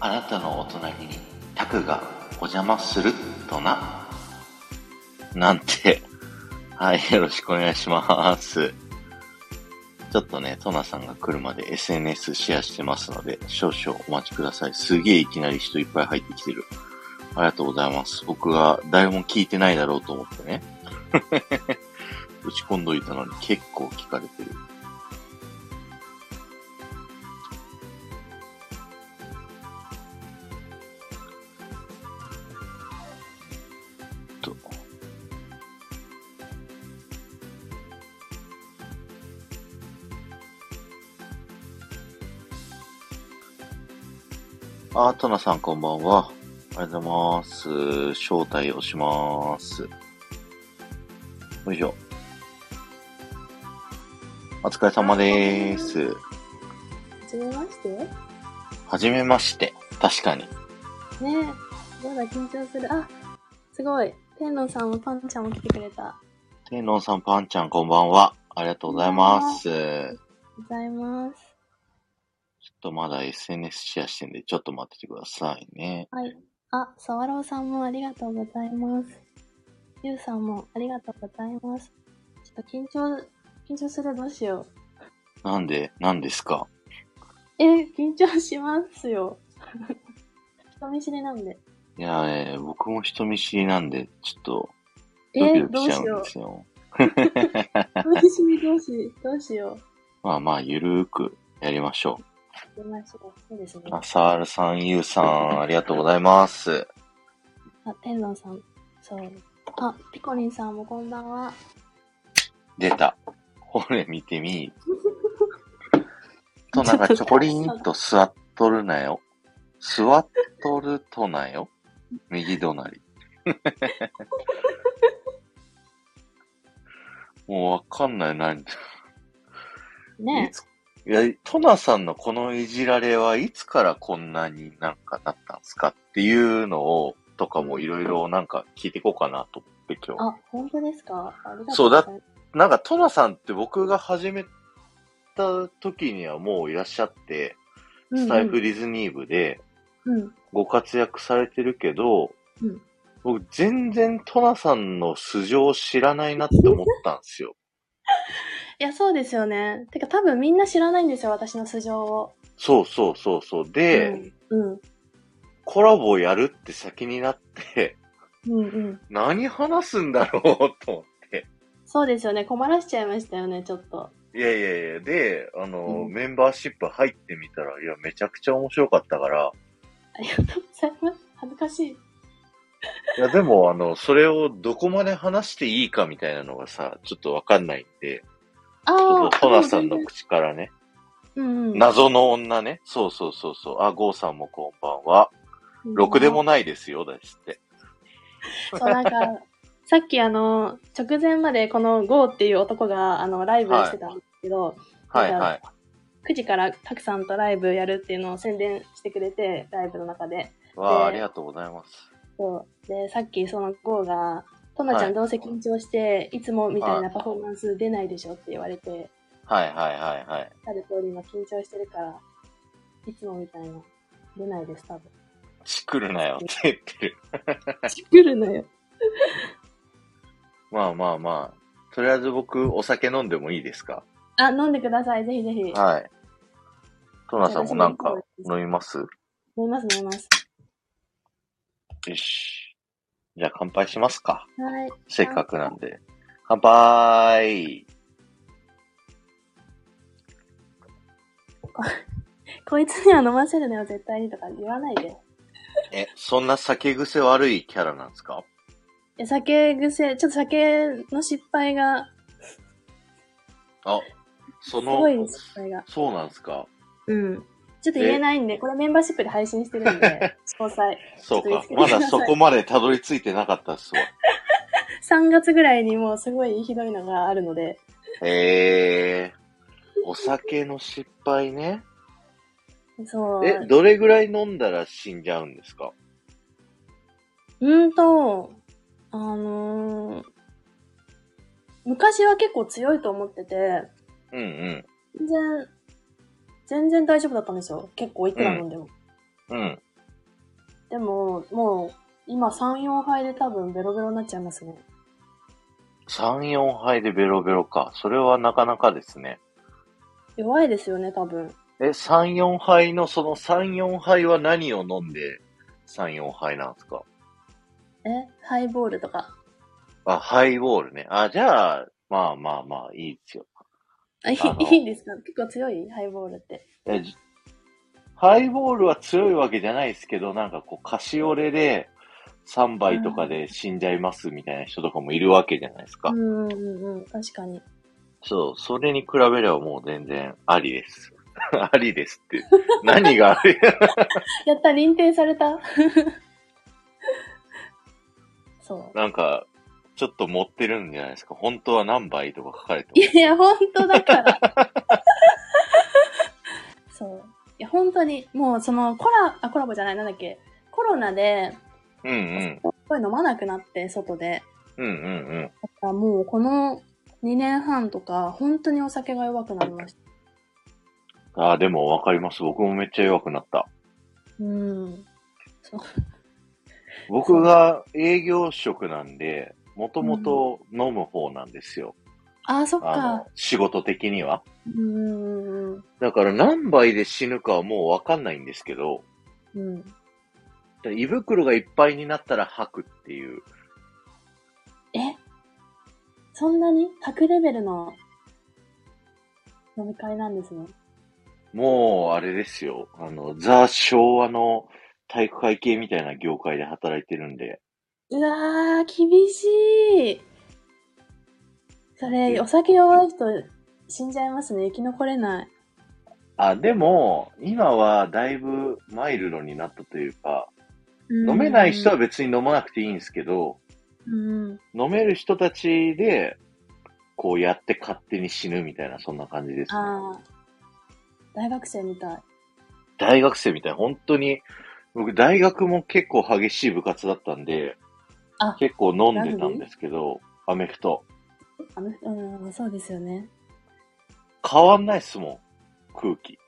あなたのお隣にタクがお邪魔するとな。なんて。 はい、よろしくお願いします。ちょっとね、トナさんが来るまで SNS シェアしてますので、少々お待ちください。すげえいきなり人いっぱい入ってきてる。ありがとうございます。僕が誰も聞いてないだろうと思ってね。 打ち込んどいたのに結構聞かれてる。と。あ、トナさんこんばんは。ありがとうございます。招待をします。よいしょ。お疲れ様でーす。はじめましてねはじめまして。確かに。え。やだ、緊張する。あ、すごい。天狼さんもパンちゃんも来てくれた。あ天皇さん、パンちゃん、こんばんは。ありがとうございます。ちょっりがとうございます。とまだ SNS シェアしてんで、ちょっと待っててくださいね。はい。あ、サワローさんもありがとうございます。ゆうさんもありがとうございます。ちょっと緊張、緊張するどうしよなんで、なんですかう。え、緊張しますよ。人見知りなんで。いやー、えー僕も人見知りなんで、ちょっと、ドキえ、ドキどしうちゃしうんよですよ。う。人見知りどうし、どうしよう。まあまあ、ゆるーくやりましょ出ましょう。そうですねう。。あさーるさん、ゆうさん、ありがとうございます。あ、天狼さん。そう。あ、ピコリンさんもこんばんは。出た。ほれ、見てみ。と、なんか、ちょこりんと座っとるなよ。座っとるとなよ。右隣。もうわかんない、何。いねついや、トナさんのこのいじられはいつからこんなになんかなったんですかっていうのを、とかもいろいろなんか聞いていこうかなと思って今日。あ、本当ですかありがそうとうだございます。なんかトナさんって僕が始めた時にはもういらっしゃって、スタイフり。ディズニー部でうん。ご活躍されてるけど、うん僕全然トナさんの素性を知らないなって思ったんですよ。いや、そうですよね。てか多分みんな知らないんですよ、私の素性を。そうそうそうそう。で、うん。コラボやるって先になって、うん。うんうん。何話すんだろうと思って。そうですよね。困らしちゃいましたよね、ちょっと。いやいやいや、で、あの、うんメンバーシップ入ってみたら、いや、めちゃくちゃ面白かったから、ありがとうございます。恥ずかしい。いや、でも、あの、それをどこまで話していいかみたいなのがさ、ちょっとわかんないんで、あちょっあとトナさんの口からね、うんうん。謎の女ね、そうそうそうそう、あ、ゴーさんもこんばんは、ろくでもなないですよ、だしって。い。そう、なんか、さっきあの、直前までこの GO っていう男が、あの、ライブしてたんですけど、はいはい。 9時からたくさんとライブやるっていうのを宣伝してくれて、ライブの中で。わあ、でありがとうございます。そう。で、さっきそのゴーが、トナちゃはいんどうせ緊張して、い、つもみたいはないパフォーマンス出ないでしょって言われて、はいはいはいはい。ある通り今緊張してるから、いつもみたいな、出ないです、多分。チクるなよって言ってる。 作るのよ。まあまあまあ、とりあえず僕、お酒飲んでもいいですかあ、飲んでください、ぜひぜひ。飲はい。トナさんもなんか飲みますみます、飲みます。よし。じゃあ乾杯しますか。はい。せっかくなんで。乾杯こいつには飲ませるのよ、絶対にとか言わないで。え、そんな酒癖悪いキャラなんですかえ、酒癖、ちょっと酒の失敗が、あ、そすごいの、失敗が。そうなんですかうん。ちょっと言えないんで、これメンバーシップで配信してる んで、詳細。そうか。ちょまっと言い過ぎてくださいだそこまでたどり着いてなかったっすわ。 3月ぐらいにもうすごいひどいのがあるので、へえー。お酒の失敗ね。そう。え、どれぐらい飲んだら死んじゃうんですかうんと、あのー昔は結構強いと思ってて、うんうん。全然、全然大丈夫だったんですよ。結構いくら飲んでも。うん。でも、もう、今3、4杯で多分ベロベロになっちゃいますね。 3、4杯でベロベロか。それはなかなかですね。弱いですよね、多分。え、3、4杯のその3、4杯は何を飲んで3、4杯なんですかえハイボールとか。あ、ハイボールね。あ、じゃあ、まあまあまあ、いいですよ。あいいあのいいんですか結構強いハイボールって。えじハイボールは強いわけじゃないですけど、なんかこう、カシオレで3杯とかで死んじゃいますみたいな人とかもいるわけじゃないですか。うんうんうん、確かに。そう、それに比べればもう全然ありです。 ありですって。 何がありやった、認定された。 そ う。なんか、ちょっと持ってるんじゃないですか。本当は何杯とか書かれていますやいや、本当だから。 そう。いや、本当に、もうそのコラ、あ、コラボじゃない、なんだっけ。コロナで、うんうん。すごい飲まなくなって、外で。うんうんだからもうこの2年半とか、本当にお酒が弱くなりました。うん。ああ、でもわかります。僕もめっちゃ弱くなった。うん。そう。僕が営業職なんで、もともと飲む方なんですよ。あ、そっあかの。、仕事的には。うんうんだから何杯で死ぬかはもうわかんないんですけど、うん。うん。胃袋がいっぱいになったら吐くっていう。えそんなに白レベルの飲み会なんですね。もう、あれですよ。あの、ザ・昭和の体育会系みたいな業界で働いてるんで。うわー、厳しい。それ、お酒弱い人死んじゃいますね。生き残れない。あ、でも、今はだいぶマイルドになったというか、飲めない人は別に飲まなくていいんですけど、うん。飲める人たちで、こうやって勝手に死ぬみたいな、そんな感じですね。ああ。大学生みたい。大学生みたいな、本当に、僕大学も結構激しい部活だったんであ、結構飲んでたんですけど、アメフト。あの、うん、そうですよね。変わんないっすもん、空気。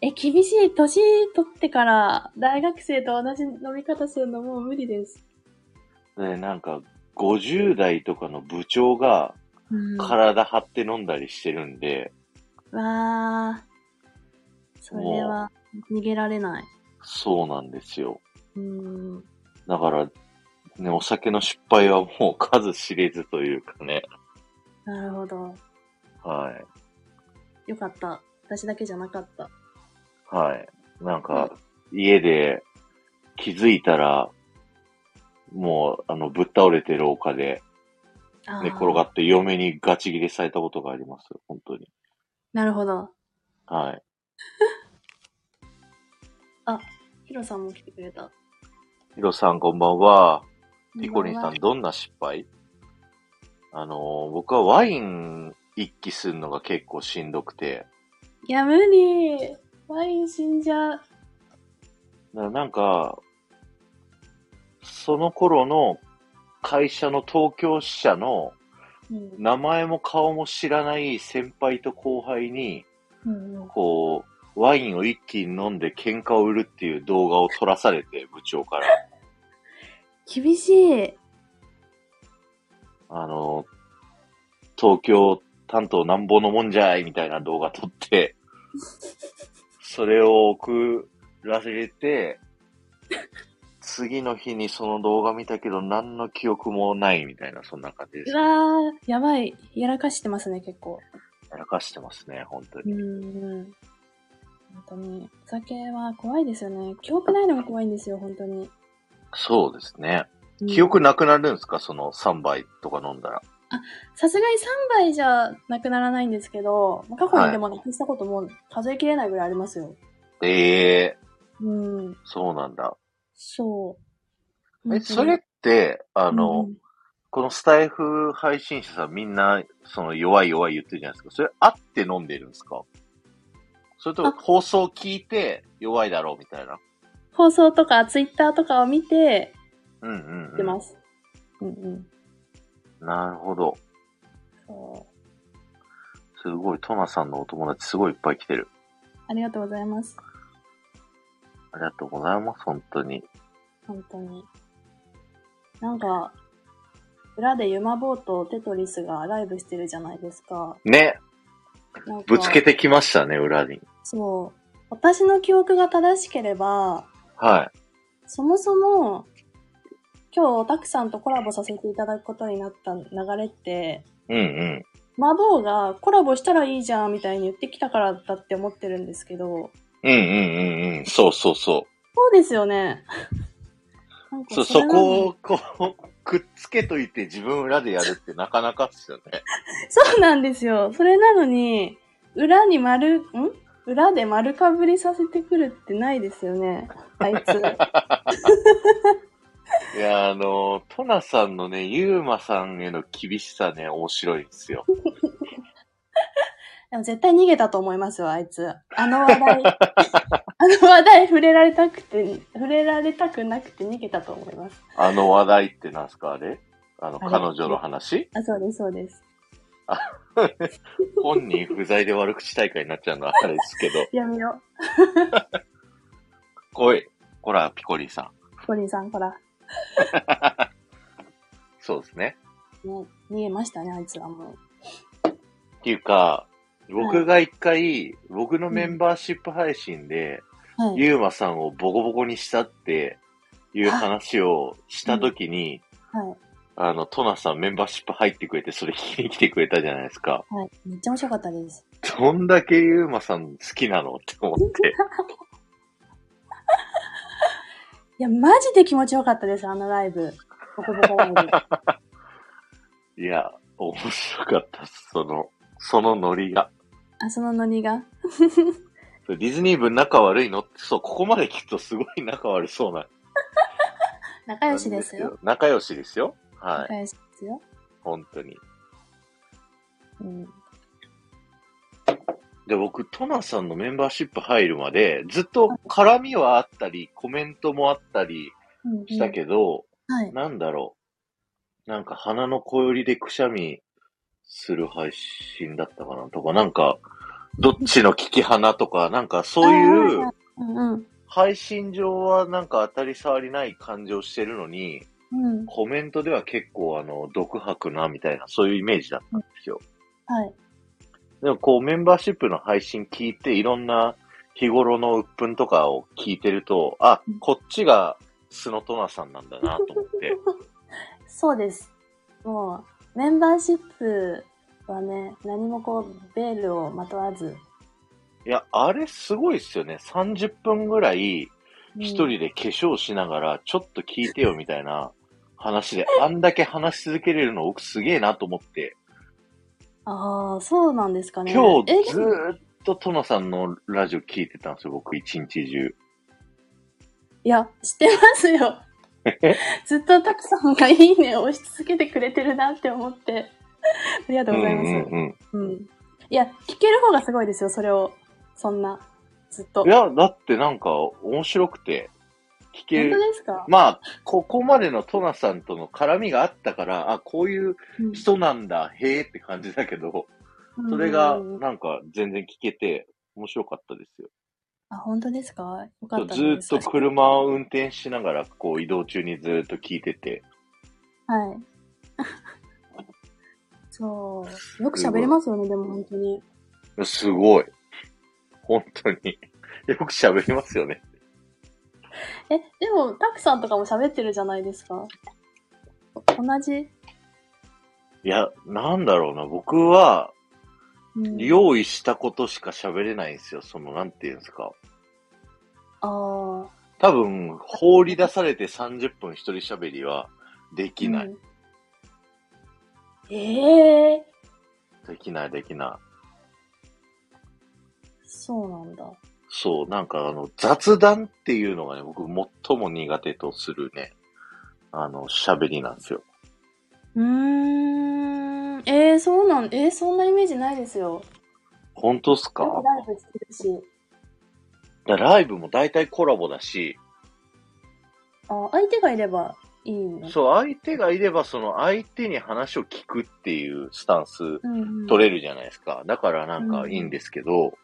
え、厳しい。年取ってから、大学生と同じ飲み方するのもう無理です。で、なんか、50代とかの部長がうん。わ体張って飲んだりしてるんで、あ。それは、逃げられない。そうなんですよ。うん。だから、ね、お酒の失敗はもう数知れずというかね。なるほど。はい。よかった。私だけじゃなかった。はい。なんか、家で気づいたら、もう、あの、ぶっ倒れて廊下であ寝転がっって嫁にガチ切れされたことがあります。本当に。なるほど。はい。ヒロさんも来てくれた。ヒロさんこんばんは。ピコリンこさばん、どんな失敗あのー、僕はワイン一気するのが結構しんどくて、はいや、無理。ワイン死んじゃう。ななんか、その頃の会社の東京支社のうん。名前も顔も知らない先輩と後輩に、うんうんこう、ワインを一気に飲んで喧嘩を売るっていう動画を撮らされて、部長から。厳しい。あの、東京担当なんぼのもんじゃいみたいな動画撮って、それを送らせて、次の日にその動画見たけど何の記憶もないみたいな、そんな感じです。うやわー、やばい。やらかしてますね、結構。らかしてますね、本当うに。ん。本当に。お酒は怖いですよね。記憶ないのが怖いんですよ、本当に。そうですね。うん記憶なくなるんですかその3杯とか飲んだら。さすがに3杯じゃなくならないんですけど、まあ過去はにいでもなくしたことも数えきれないぐらいありますよ。ええうん。そうなんだ。そう。え、それって、ああの、このスタイフ配信者さんみんな、その弱い弱い言ってるじゃないですか。それあって飲んでるんですかそれともあ放送聞いて弱いだろうみたいな。放送とかツイッターとかを見てうんうん、出うます。うんうん。ん。なるほど。そう。すごい、トナさんのお友達すごいいっぱい来てる。ありがとうございます。ありがとうございます、本当に。本当に。なんか、裏でユマボーとテトリスがライブしてるじゃないですか。ね、なんかぶつけてきましたね、裏に。そう。私の記憶が正しければ、はそもそも、今日、たくさんとコラボさせていただくことになった流れって、い。うんうん。マボーがコラボしたらいいじゃんみたいに言ってきたからだって思ってるんですけど、うんうんうんうん。そうそうそそうですよね。なんう。かそ、れそなのにこを、こう、くっつけといて自分裏でやるってなかなかっすよね。 そうなんですよ。それなのに、裏に丸、ん裏で丸かぶりさせてくるってないですよね。あいつ。いや、あの、トナさんのね、ユーマさんへの厳しさね、面白いんですよ。でも絶対逃げたと思いますよ、あいつ。あの話題、 あの話題触れられたくて、触れられたくなくて逃げたと思います。あの話題ってなんすか、あれあの、あれ彼女の話あ、そうです、そうです。本人不在で悪口大会になっちゃうのはあれですけど。やめよおい、こら、ピコリンさん。う。コリンさんから。そうですね。ね、逃げましたね、あいつはもう。っていうか、僕が一回、僕のメンバーシップ配信で、はい。ユーマさんをボコボコにしたっていう話をしたときに、はい。あの、トナさんメンバーシップ入ってくれて、それ聞きに来てくれたじゃないですか。はい。めっちゃ面白かったです。どんだけユーマさん好きなのって思って。 いや、マジで気持ちよかったです、あのライブ。ボコボコライブ。 いや、面白かったっすその、そのノリが。あ、そのノリが。ディズニー部仲悪いのって、そう、ここまで聞くとすごい仲悪そうな。仲良しですよ。。仲良しですよ。はい。仲良しですよ。本当に。うん。で、僕、トナさんのメンバーシップ入るまで、ずっと絡みはあったり、コメントもあったりうん、したけど、 はい。なんだろう。なんか鼻の小よりでくしゃみする配信だったかなとか、なんか、どっちの聞き花とか、なんかそういあうーうんうん。配信上はなんか当たり障りない感情してるのに、うん。コメントでは結構あの、毒吐くなみたいな、そういうイメージだったんですよ。はい。でもこうメンバーシップの配信聞いていろんな日頃の鬱憤とかを聞いてると、あうん、こっちがスノトナさんなんだなと思って。そうです。もう、メンバーシップはね、何もこう、ベールをまとわず。いや、あれすごいっすよね。30分ぐらいうん一人で化粧しながらちょっと聞いてよみたいな話で、あんだけ話し続けれるの僕すげえなと思って、ああ、そうなんですかね。今え、日でずもーっとトナさんのラジオ聞いてたんですよ、僕一日中。いや、知ってます よ。ずっとたくさんがいいねを押し続けてくれてるなって思って。ありがとうございます。うんうんうん。うん。いや、聞ける方がすごいですよ、それを。そんな、ずっと。いや、だってなんか面白くて、聞け本る当ですか、まあ、ここまでのトナさんとの絡みがあったから、あ、こういううん人なんだ、へえって感じだけど、それがうんなんか全然聞けて面白かったですよ。あ、本当ですかよかったずでーっすと車を運転しながら、こう移動中にずーっと聞いてて、はい。 そう。よく喋れますよね、でも本当に。すごい。本当に。 よく喋りますよね。え、でも、たくさんとかも喋ってるじゃないですか。同じ。いや、なんだろうな。僕は、うん、用意したことしか喋れないんですよ。その、なんていうんですか。ああ。多分、放り出されて30分一人喋りはできない。うんええできない、できない。そうなんだ。そう、なんかあの、雑談っていうのがね、僕最も苦手とするね、あの、喋りなんですよ。うーん。ええそうなん、ええそんなイメージないですよ。本当っすかよくライブしてるし。だライブも大体コラボだし、あ、相手がいればいいの。そう、相手がいればその相手に話を聞くっていうスタンスうんうん。取れるじゃないですか。だからなんかいいんですけど、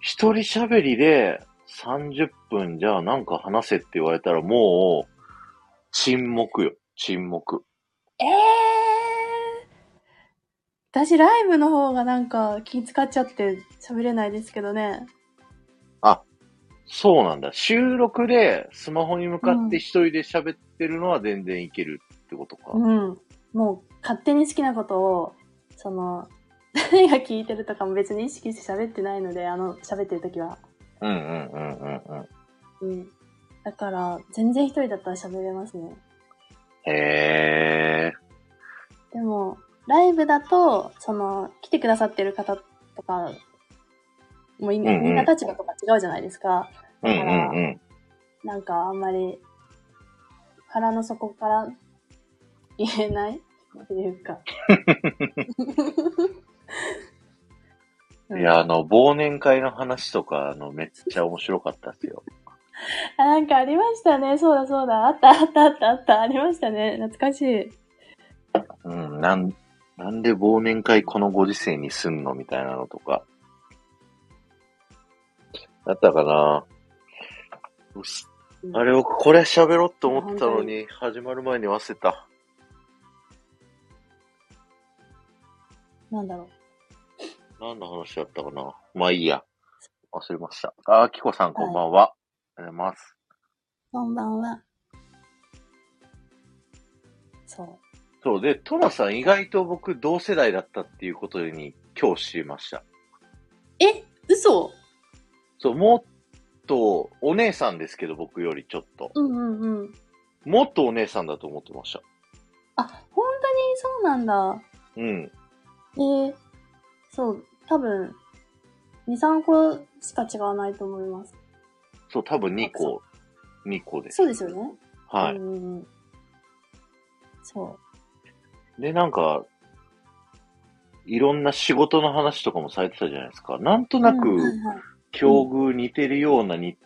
一人喋りで、 30分じゃあなんか話せって言われたらもう、沈黙よ。沈黙。ええ私、ライブの方がなんか気使っちゃって喋れないですけどね。そうなんだ。収録でスマホに向かって一人で喋ってるのは全然いけるってことか。うん。もう、勝手に好きなことを、その、 誰が聞いてるとかも別に意識して喋ってないので、あの、喋ってる時は。うんうんうんうんうん。うん。だから、全然一人だったら喋れますね。へえ。でも、ライブだと、その、来てくださってる方とか、もうみんなうんうんみんな立場とか違うじゃないですか。うんうんうん。なんかあんまり、腹の底から言えないってい うか。いや、あの、忘年会の話とか、あの、めっちゃ面白かったですよ。あ、なんかありましたね。そうだそうだ。あったあったあったあった。ありましたね。懐かしい。うん、なん、なんで忘年会このご時世にすんのみたいなのとか。だったかなうっすあれを、これ喋ろうと思ってたのに、始まる前に忘れた。なんだろう。何の話だったかなまあいいや。忘れました。あー、キコさんこんばんは。ありがとうございます。こんばんは。そう。そう、で、トナさん意外と僕同世代だったっていうことに今日知りました。え嘘そう、もっとお姉さんですけど、僕よりちょっと。うんうんうん。もっとお姉さんだと思ってました。あ、本当にそうなんだ。うん。えー、そう、多分、2、3個しか違わないと思います。そう、多分2個、2個です。そうですよね。はうい。んうんうん、そで、なんか、いろんな仕事の話とかもされてたじゃないですか。なんとう。なうんはいく、はい境遇似てるようなに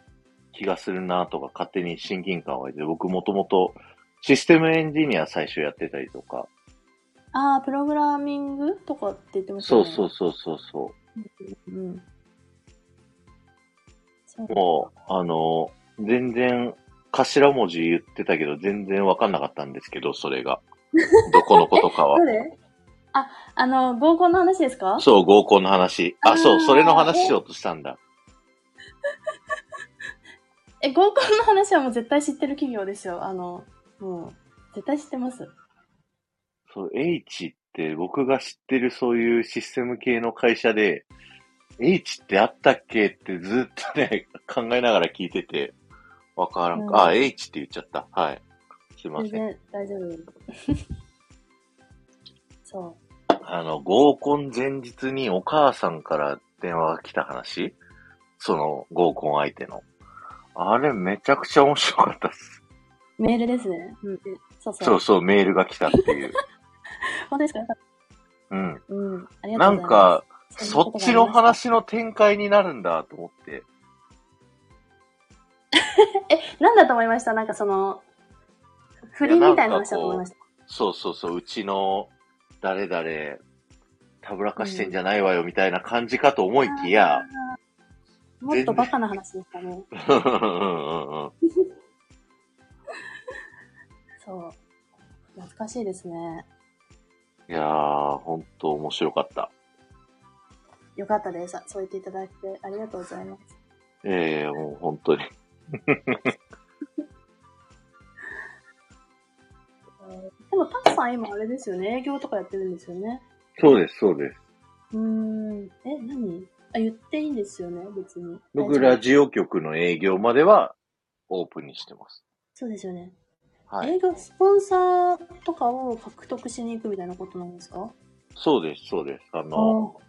気がするなとか、勝手に親近感湧いて、僕もともとシステムエンジニア最初やってたりとか、ああ、プログラミングとかって言ってましたそね。うそうそうそうそう。う。うん。そうもう、あの、全然、頭文字言ってたけど、全然わかんなかったんですけど、それが。どこのことか はど。れあ、あの、合コンの話ですかそう、合コンの話。ああ、ーそう、それの話しようとしたんだ。え、合コンの話はもう絶対知ってる企業ですよ。あの、もう、絶対知ってます。そう、H って僕が知ってるそういうシステム系の会社で、H ってあったっけってずっとね、 考えながら聞いてて、わからんか。うんあ、H って言っちゃった。はい。すいま全せん。然大丈夫。 そあの、合コン前日にお母さんから電話が来た話その合コン相手の。あれめちゃくちゃ面白かったっす。う。メールですね。うん。そうそう。そうそう、メールが来たって いう。本当ですかよかっうん。たうん。ありがなとうございます。んか、そんなそこっとがありましたちの話の展開になるんだと思って。え、なんだと思いましたなんかその、不倫みたいな話だと思いました。そうそうそう、うちの誰々、たぶらかしてんじゃないわよみたいな感じかと思いきや、もっとバカな話でしたね。うんうんうんうんそう。懐かしいですね。いやー、ほんと面白かった。よかったです。そう言っていただいてありがとうございます。ええもう本当に。えーでも、タカさん今あれですよね。営業とかやってるんですよね。そうです、そうです。うーん。え、何あ、言っていいんですよね、別に。僕、大ラ丈夫ジオ局の営業まではオープンにしてます。そうですよね。はい。営業、スポンサーとかを獲得しに行くみたいなことなんですかそうです、そうです。あの、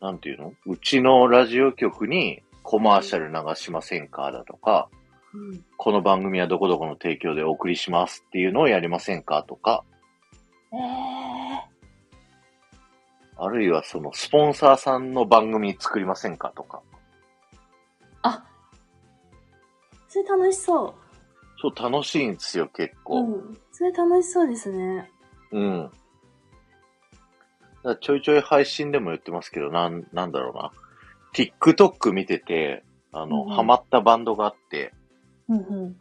なんていうのうちのラジオ局にコマーシャル流しませんかだとか、うん。この番組はどこどこの提供でお送りしますっていうのをやりませんかとか、えあるいはそのスポンサーさんの番組作りませんかとか。ー。あ、それ楽しそう。そう、楽しいんですよ、結構。うん。それ楽しそうですね。うん。だからちょいちょい配信でも言ってますけど、なん、なんだろうな。TikTok 見てて、あの、うんハマったバンドがあって、うんうん。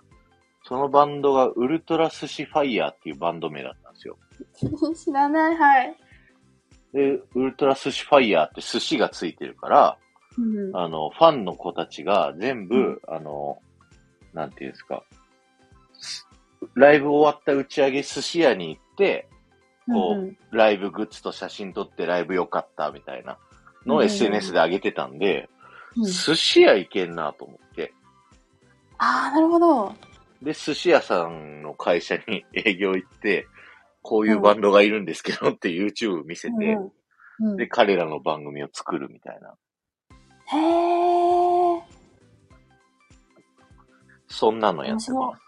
そのバンドがウルトラ寿司ファイヤーっていうバンド名だったんですよ。知らない、はい。で、ウルトラ寿司ファイヤーって寿司がついてるから、うんあの、ファンの子たちが全部、うんあの、なんていうんですか、ライブ終わった打ち上げ寿司屋に行って、こううんうんライブグッズと写真撮ってライブ良かったみたいなのうをん SNS で上げてたんで、うん寿司屋行けんなと思って、ああ、なるほど。で、寿司屋さんの会社に営業行って、こういうバンドがいるんですけどって YouTube 見せうて、んうんうんで、彼らの番組を作るみたいな、へえ。そんなのやってます。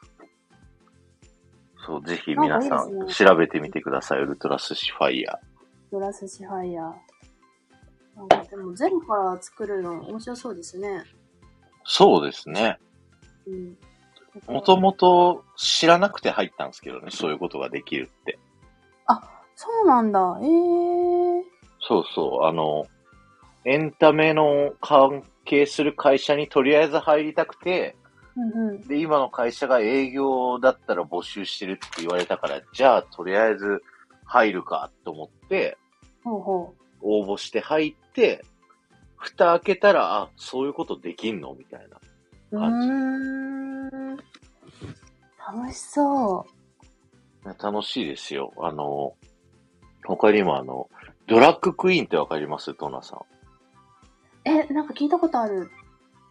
そう、ぜひ皆なさんかいいんです調べてみてください。ウルトラ寿司ファイヤー。グラス支配や。なんかでもゼロから作るの面白そうですね。そうですね。うん。もともと知らなくて入ったんですけどね、そういうことができるって。そうなんだ。ええー。そうそう、あの、エンタメの関係する会社にとりあえず入りたくて、うんうん。で、今の会社が営業だったら募集してるって言われたから、じゃあとりあえず入るかと思って、ほうほ応募して入って、蓋開けたら、あ、そういうことできんのみたいな。う。うー感じん。楽しそう。ね楽しいですよ。あの、他にもあの、ドラッグクイーンってわかりますトナさん。え、なんか聞いたことある。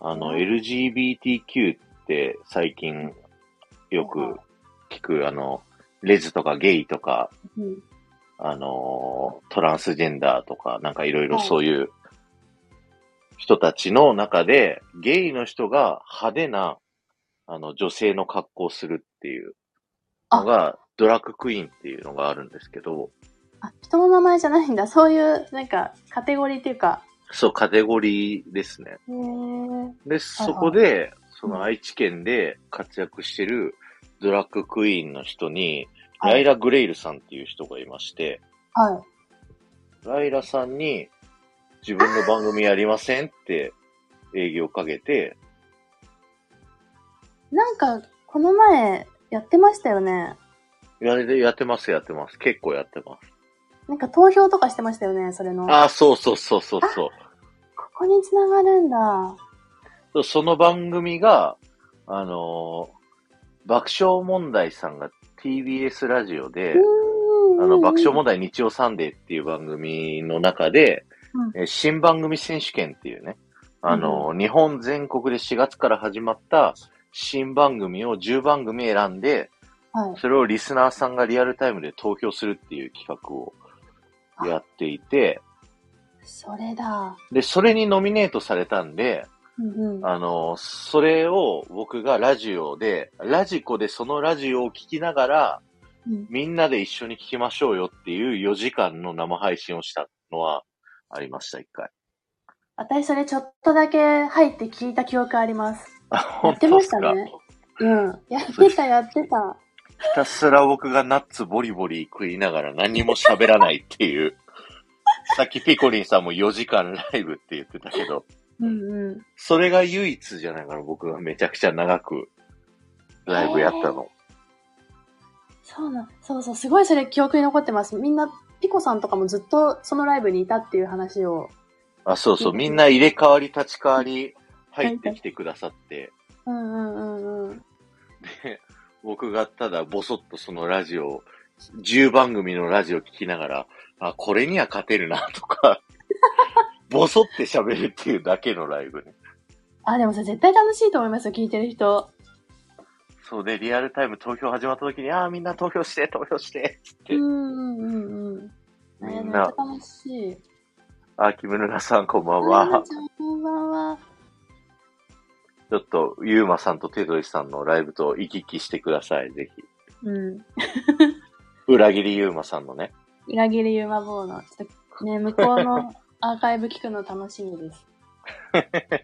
あの、うん LGBTQ って最近よく聞く、あの、レズとかゲイとか、うん。あの、トランスジェンダーとか、なんかいろいろはいそういう人たちの中で、ゲイの人が派手な、あの、女性の格好をするっていうのが、ドラッグクイーンっていうのがあるんですけど、あ、人の名前じゃないんだ。そういう、なんか、カテゴリーっていうか。そう、カテゴリーですね。へえ。うんで、そこで、その愛知県で活躍してるドラッグクイーンの人に、はいライラ・グレイルさんっていう人がいまして、はい。ライラさんに自分の番組やりませんって営業かけて、なんか、この前、やってましたよね。やれやってます、やってます。結構やってます。なんか投票とかしてましたよね、それの。ああ、そうそうそうそうそここに繋がるんだ。う。その番組が、あのー爆笑問題さんが TBS ラジオで、ああの、爆笑問題日曜サンデーっていう番組の中で、うえー新番組選手権っていうね、あの、日本全国で4月から始まった新番組を10番組選んで、はい。それをリスナーさんがリアルタイムで投票するっていう企画をやっていて、それだ。で、それにノミネートされたんで、うんうん。あの、それを僕がラジオで、ラジコでそのラジオを聞きながら、うんみんなで一緒に聞きましょうよっていう4時間の生配信をしたのはありました、一回。私それちょっとだけ入って聞いた記憶あります。あ、や本って当までしすかたね。うん。やってた、やってた。ひたすら僕がナッツボリボリ食いながら何も喋らないって いう。さっきピコリンさんも4時間ライブって言ってたけど、うんうん。それが唯一じゃないかな、僕がめちゃくちゃ長くライブやったの。そうな、そうそう、すごいそれ記憶に残ってます。みんな、ピコさんとかもずっとそのライブにいたっていう話を。あ、そうそう、みんな入れ替わり立ち替わり入ってきてくださって、うんうんうんうん。僕がただボソッとそのラジオを、10番組のラジオ聞きながら、あ、これには勝てるなとか、 ボソって喋るっていうだけのライブね。あ、でもさ、絶対楽しいと思いますよ、聞いてる人。そうで、リアルタイム投票始まった時に、ああ、みんな投票して、投票して、つっうてん、うんうんうん。あみれんめっちゃな、楽しい。あ、木村さんこんばんあはー。ちゃんこんばんは。ちょっと、ゆうまさんとテドリさんのライブと行き来してください、ぜひ。うん。裏切りゆうまさんのね。 裏切りユーマボーの、ちょっとね、向こうのアーカイブ聞くの楽しみです。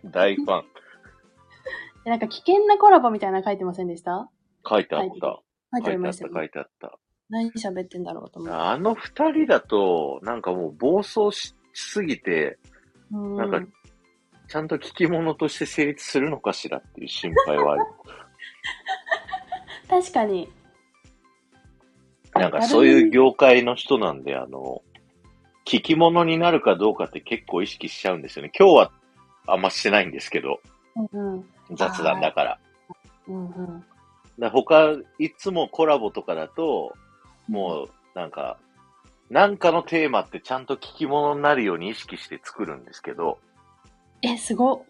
大フ ァン。でなんか危険なコラボみたいなの書いてませんでした書いてあった。書いて書あいりてあまっ、したた書よね。いてあった。何喋ってんだろうと思って。あの二人だと、なんかもう暴走しすぎて、うんなんかちゃんと聞き物として成立するのかしらっていう心配はある。確かに。 なんかそういう業界の人なんで、あの、聞き物になるかどうかって結構意識しちゃうんですよね。今日はあんましてないんですけど、うんうん。雑談だから。うんうん。だ他、いつもコラボとかだと、もう、なんか、なんかのテーマってちゃんと聞き物になるように意識して作るんですけど、え、すごっ。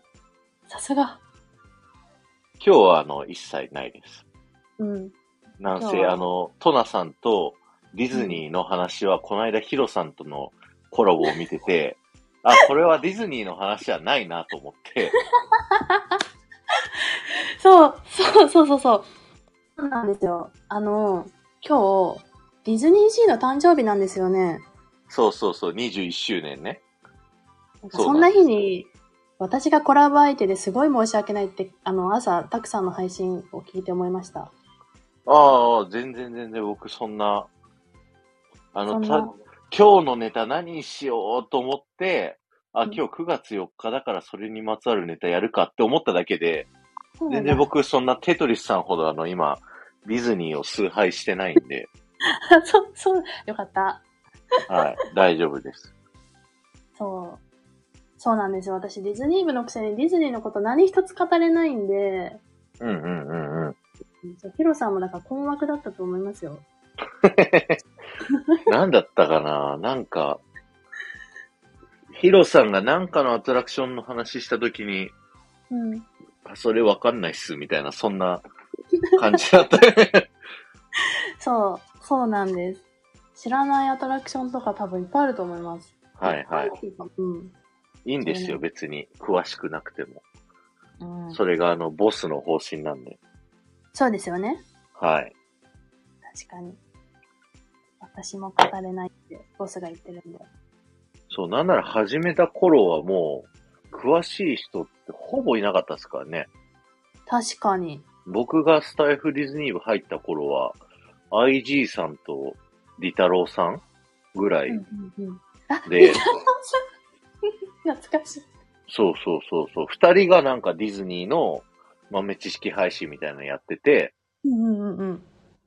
さすが。今日はあの、一切ないです。うん。なん今日せ、はあの、トナさんとディズニーの話は、この間ヒロさんとのコラボを見て て、あ、これはディズニーの話じゃないなと思 って、そう、そうそうそうそう。そうなんですよ。あの、今日、ディズニーシーの誕生日なんですよね。そうそうそう、21周年ね。なんかそそうんなんなです日に、私がコラボ相手ですごい申し訳ないって、あの、朝、たくさんの配信を聞いて思いました。ああ、全然全然僕そんな、あその、んたな今日のネタ何にしようと思って、あ、うん今日9月4日だからそれにまつわるネタやるかって思っただけで、そうな全んだ然。僕そんなテトリスさんほどあの今、ディズニーを崇拝してないんで、 そう、そう、よかった。はい、大丈夫です。そう。そうなんですよ。私、ディズニー部のくせにディズニーのこと何一つ語れないんで、うんうんうんうん。そうヒロさんもだから困惑だったと思いますよ。なんだったかななんか、ヒロさんがなんかのアトラクションの話したときに、うん。あそれわかんないっす、みたいな、そんな感じだ ったよね。そう、そうなんです。知らないアトラクションとか多分いっぱいあると思います。はいはい。うん。いいんですよ、別に。詳しくなくても。うん、それが、あの、ボスの方針なんで。そうですよね。はい。確かに。私も語れないって、ボスが言ってるんで。そう、なんなら始めた頃はもう、詳しい人ってほぼいなかったですからね。確かに。僕がスタイフディズニー部入った頃は、IG さんとリタロウさんぐらういんうんうん。あ、で、懐かしい。そうそうそうそう、二人がなんかディズニーの豆知識配信みたいなのやってて、うんうんうん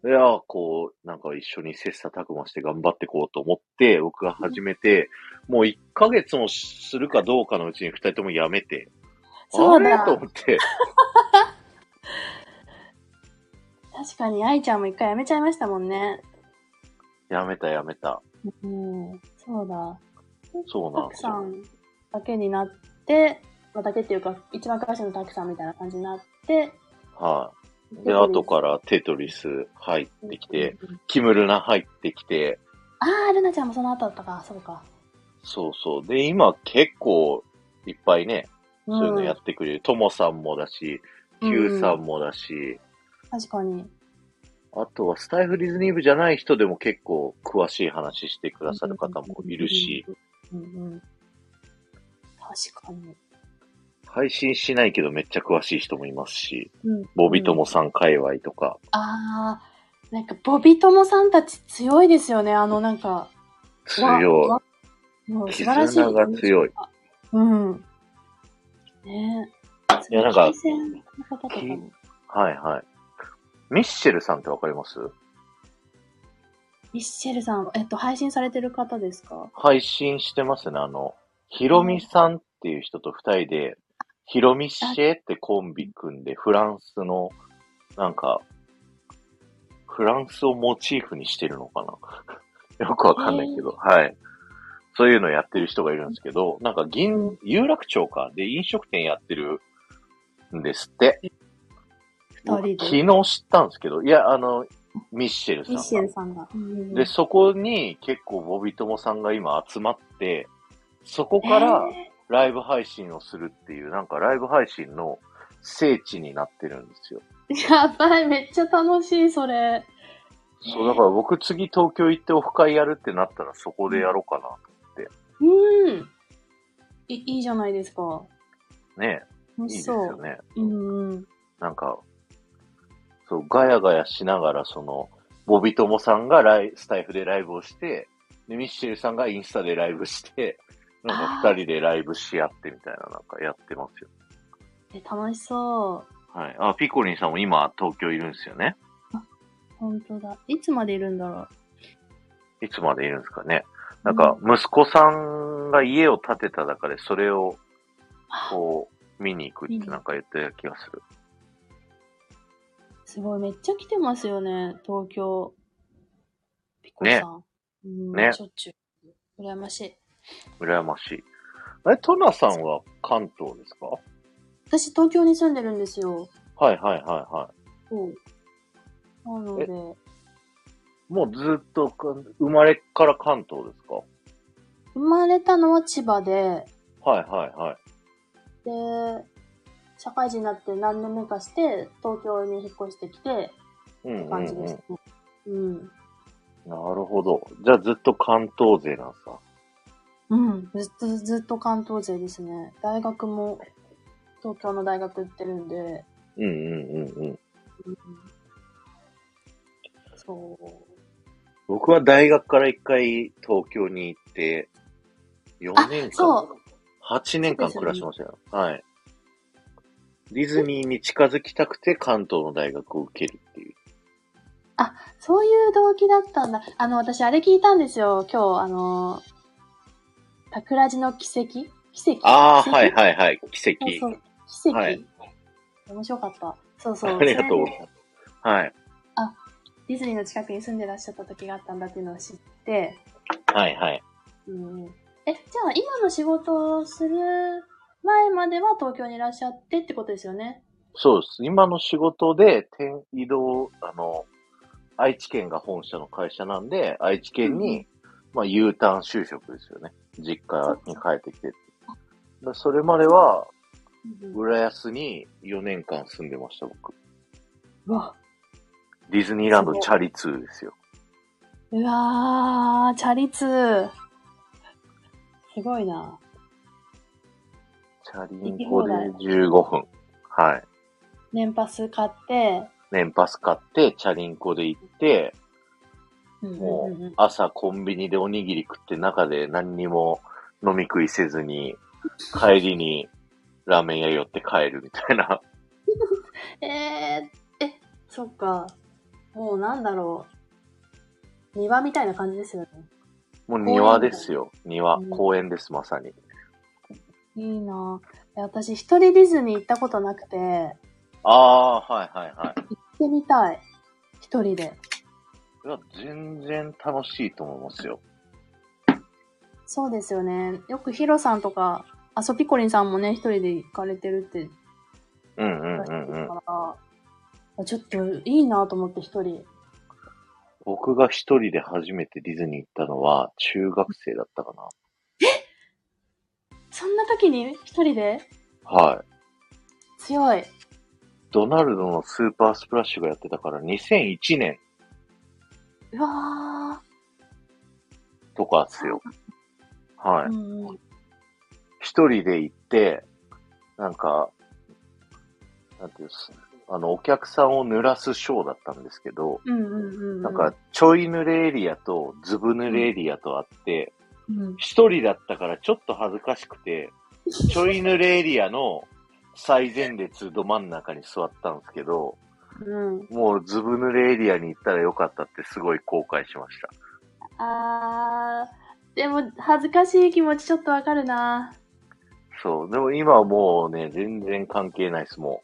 うん。いやー、こう、なんか一緒に切磋琢磨して頑張っていこうと思って、僕が始めて、もう1ヶ月もするかどうかのうちに2人ともやめて、そうだあれと思って、確かに、愛ちゃんも一回やめちゃいましたもんね。やめたやめた。うん、そうだ。そうなんたでくすさよ。んだけになって、まあ、だけっていうか、一番詳しいのたくさんみたいな感じになって、はい。で、後からテトリス入ってきて、うんうんうん。キムルナ入ってきて、あー、ルナちゃんもその後だったか、そうか。そうそう。で、今結構いっぱいね、そういうのやっってくれる。ともさんもだし、う Q さんんもだし、確かに。あとはスタイフディズニー部じゃない人でも結構詳しい話してくださる方もいるし、うんうん。確かに。配信しないけどめっちゃ詳しい人もいますし、うんボビトモさん界隈とか、あー、なんか、ボビトモさんたち強いですよね、あの、なんか。強わ。もうい。素晴らしい。絆が強い。うん。ねえ。いやなんか女性の方とかもはいはい。ミッシェルさんってわかりますミッシェルさん、えっと、配信されてる方ですか配信してますね。あの、ヒロミさんっていう人と二人で、ヒロミッシェってコンビ組んで、フランスの、なんか、フランスをモチーフにしてるのかな よくわかんないけど、はい。そういうのやってる人がいるんですけど、なんか銀、有楽町か、で飲食店やってるんですって。二人で僕昨日知ったんですけど、いや、あの、ミッシェルさんミが。ッシェルさんが。うんで、そこに結構ボビトモさんが今集まって、そこからえライブ配信をするっていう、なんかライブ配信の聖地になってるんですよ。ーやばい、めっちゃ楽しい、それ。そう、だから僕次東京行ってオフ会やるってなったらそこでやろうかうん。いいいじゃないですか。な。ね楽いいでしすそう。よね。うんうん。なんか、そう、ガヤガヤしながら、その、ボビトモさんがライスタイフでライブをして、で、ミッシェルさんがインスタでライブして、なんか二人でライブし合ってみたいな、なんかやってますよ。え、楽しそはい。あ、ピコリンさんも今東京いるんですよね。う。本当だ。いつまでいるんだろう。いつまでいるんですかね。なんか、息子さんが家を建てた中で、それを、こう、見に行くってなんか言ってた気がする。すごい、めっちゃ来てますよね、東京。ピコさん。ねうん、ねしょっちゅう。羨ましい。羨ましい。あれ、トナさんは関東ですか私、東京に住んでるんですよ。はいはいはいはそう。なので、い。もうずっとか、生まれから関東ですか生まれたのは千葉で、はいはいはい。で、社会人になって何年目かして、東京に引っ越してきて、うんうん、感うじん。でなるすね。うん。ほど。じゃあずっと関東勢なんさ。うん。ずっと、ずっと関東勢ですね。大学も、東京の大学行ってるんで、うんうんうんうん。うん、そう。僕は大学から一回東京に行って、4年そ間う、 8年間暮らしましたよ。はい。ディズニーに近づきたくて関東の大学を受けるっていう。そういう動機だったんだ。あの、私、あれ聞いたんですよ。今日、あの、桜地の奇跡奇跡あ あ、奇跡はいはいはい。奇そう跡。そう。奇跡、はい面白かった。そうそう。ありがとうごそれざいでます。はい。ディズニーの近くに住んでらっしゃった時があったんだっていうのを知って、はいはい。うん、え、じゃあ今の仕事をする前までは東京にいらっしゃってってことですよね。そうです。今の仕事で転移動、あの、愛知県が本社の会社なんで、愛知県に、まあ U ターン就職ですよね。実家に帰ってきてって。だそれまでは、うん、浦安に4年間住んでました、僕。うわ、ディズニーランドチャリ2ですよ。うわー、チャリ通。すごいな。チャリンコで15分。はい。年パス買って、年パス買って、チャリンコで行って、うんもんんう朝コンビニでおにぎり食って中で何にも飲み食いせずに、帰りにラーメン屋寄って帰るみたいな。 えー、え、そっか。もうなんだろう。庭みたいな感じですよね。もう庭ですよ。庭う。ん公園です、まさに。いいなぁ。え私、一人ディズニー行ったことなくて、行ああー、はいはいはい。ってみたい。一人で。 いや、全然楽しいと思いますよ。そうですよね。よくヒロさんとか、あ、そう、ピコリンさんもね、一人で行かれてるってうんうんう出してるんうん。から、あちょっといいなぁと思って一人。僕が一人で初めてディズニー行ったのは中学生だったかそんな時に一人でな。はい。強い。ドナルドのスーパースプラッシュがやってたから2001年うわとかですよ。はぁ。い。うんうん。一人で行って、なんか、なんていうんですあの、お客さんを濡らすショーだったんですけど、うんうんうんうん。なんか、、ちょい濡れエリアと、ずぶ濡れエリアとあって、うん、一人だったからちょっと恥ずかしくて、ちょい濡れエリアの最前列ど真ん中に座ったんですけど、うん。もうずぶ濡れエリアに行ったらよかったってすごい後悔しました。あー、でも、恥ずかしい気持ちちょっとわかるなそう。でも今はもうね、全然関係ないです。も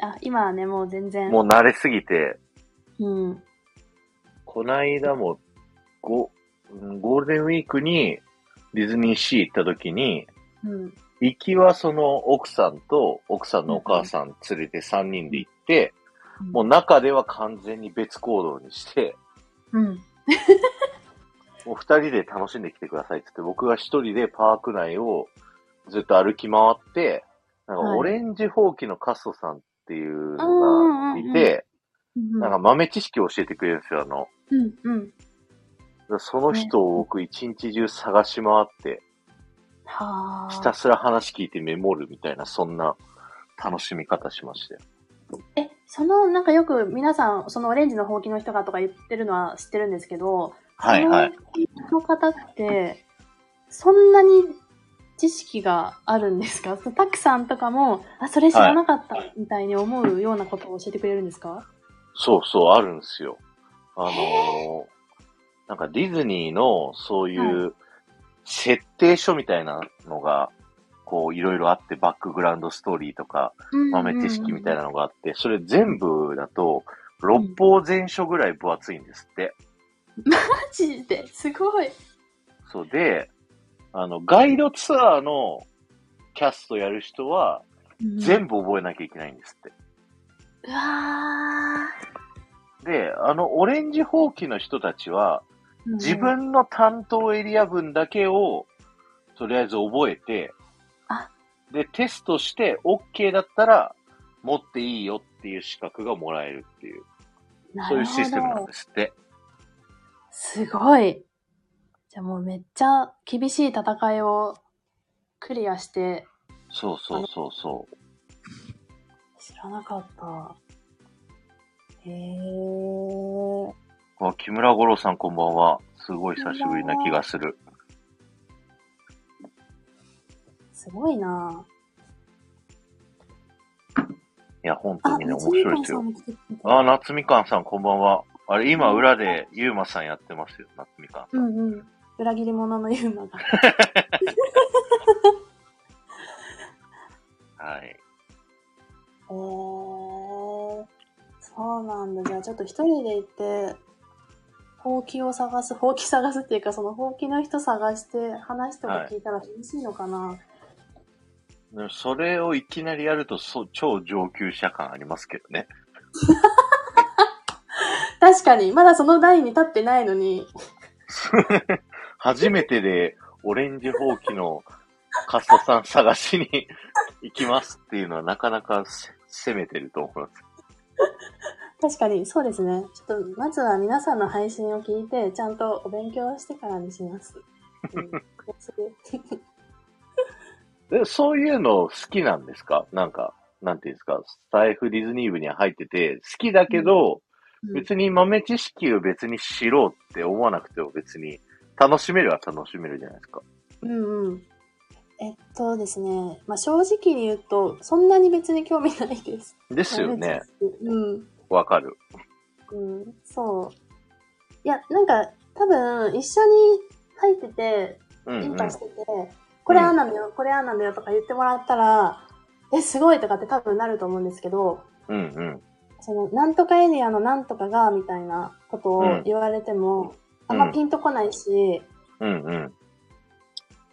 あ、今はね、もう全う、然。もう慣れすぎて、うん。こないだも、ご、うんゴールデンウィークにディズニーシー行った時に、うん。行きはその奥さんと奥さんのお母さん連れて3人で行って、もう中では完全に別行動にして、うん。もう二人で楽しんできてくださいって言って、僕が一人でパーク内をずっと歩き回って、なんかはいオレンジほうきのカッソさんっていううんのうんがうんいて、うん。なんか豆知識を教えてくれるんですよ、あの。うん。うん。その人を僕一日中探し回って、はあ。ひたすら話聞いてメモるみたいな、そんな楽しみ方しましたよ。え、その、なんかよく皆さん、そのオレンジのほうきの人がとか言ってるのは知ってるんですけど、はいはい。その人の方って、そんなに知識があるんですかそうたくさんとかも、あ、それ知らなかったみたいに思うようなことを教えてくれるんですかそうそう、あるんですよ。あのー、なんかディズニーのそういう設定書みたいなのが、こういろいろあって、バックグラウンドストーリーとか、豆知識みたいな。なのがあって、それ全部だと、六方全書ぐらい分厚いんですって。マジですごい。そうで、あの、ガイドツアーのキャストやる人は、全部。部覚えなきゃいけないんですって。うわで、あの、オレンジ放棄の人たちは、ー自。分の担当エリア分だけを、とりあえず覚えてあ、で、テストして OK だったら、持っていいよっていう資格がもらえるっていう、なそういるうシステムなほんど。ですって。すごい。じゃあもうめっちゃ厳しい戦いをクリアして、そうそうそうそう。知らなかった。へー。うわ木村五郎さんこんばんは。すごい久しぶりな気がする。すごいなぁ。いや、本当にね、面白いですよ。松井さんも来てくれたあ、夏みかんさんこんばんは。あれ、今裏でゆうまさんやってますよ、夏みかんさ。うんんうん。裏切り者のユーマが。 はい。えー、そうなんだ。じゃあちょっと一人で行って、ほうきを探す、ほうき探すっていうか、そのほうきの人探して話とか聞いたら楽しいのかな、でもそれをいきなりやると、そう、超上級者感ありますけどね。確かに、まだその台に立ってないのに、初めてで、オレンジ放棄のカストさん探しに行きますっていうのはなかなかせ攻めてると思います。確かに、そうですね。ちょっと、まずは皆さんの配信を聞いて、ちゃんとお勉強してからに します。うん、するでそういうの好きなんですかなんか、なんていうんですか、スタイフディズニー部には入ってて、好きだけど、うん別に豆知識を別に知ろうって思わなくても別に、楽しめるは楽しめるじゃないですか。うんうん。えっとですね、まあ、正直に言うと、そんなに別に興味ないです。ですよね。。うん。わかる。うん、そう。いや、なんか、多分、一緒に入ってて、うん、インうん。パしてて、これああなんだよ、これああなんだよとか言ってもらったら、え、すごいとかって多分なると思うんですけど、うん、うん。その、なんとかエリアのなんとかが、みたいなことうんを言われても、あんうんまピンとこないし、うん、うん。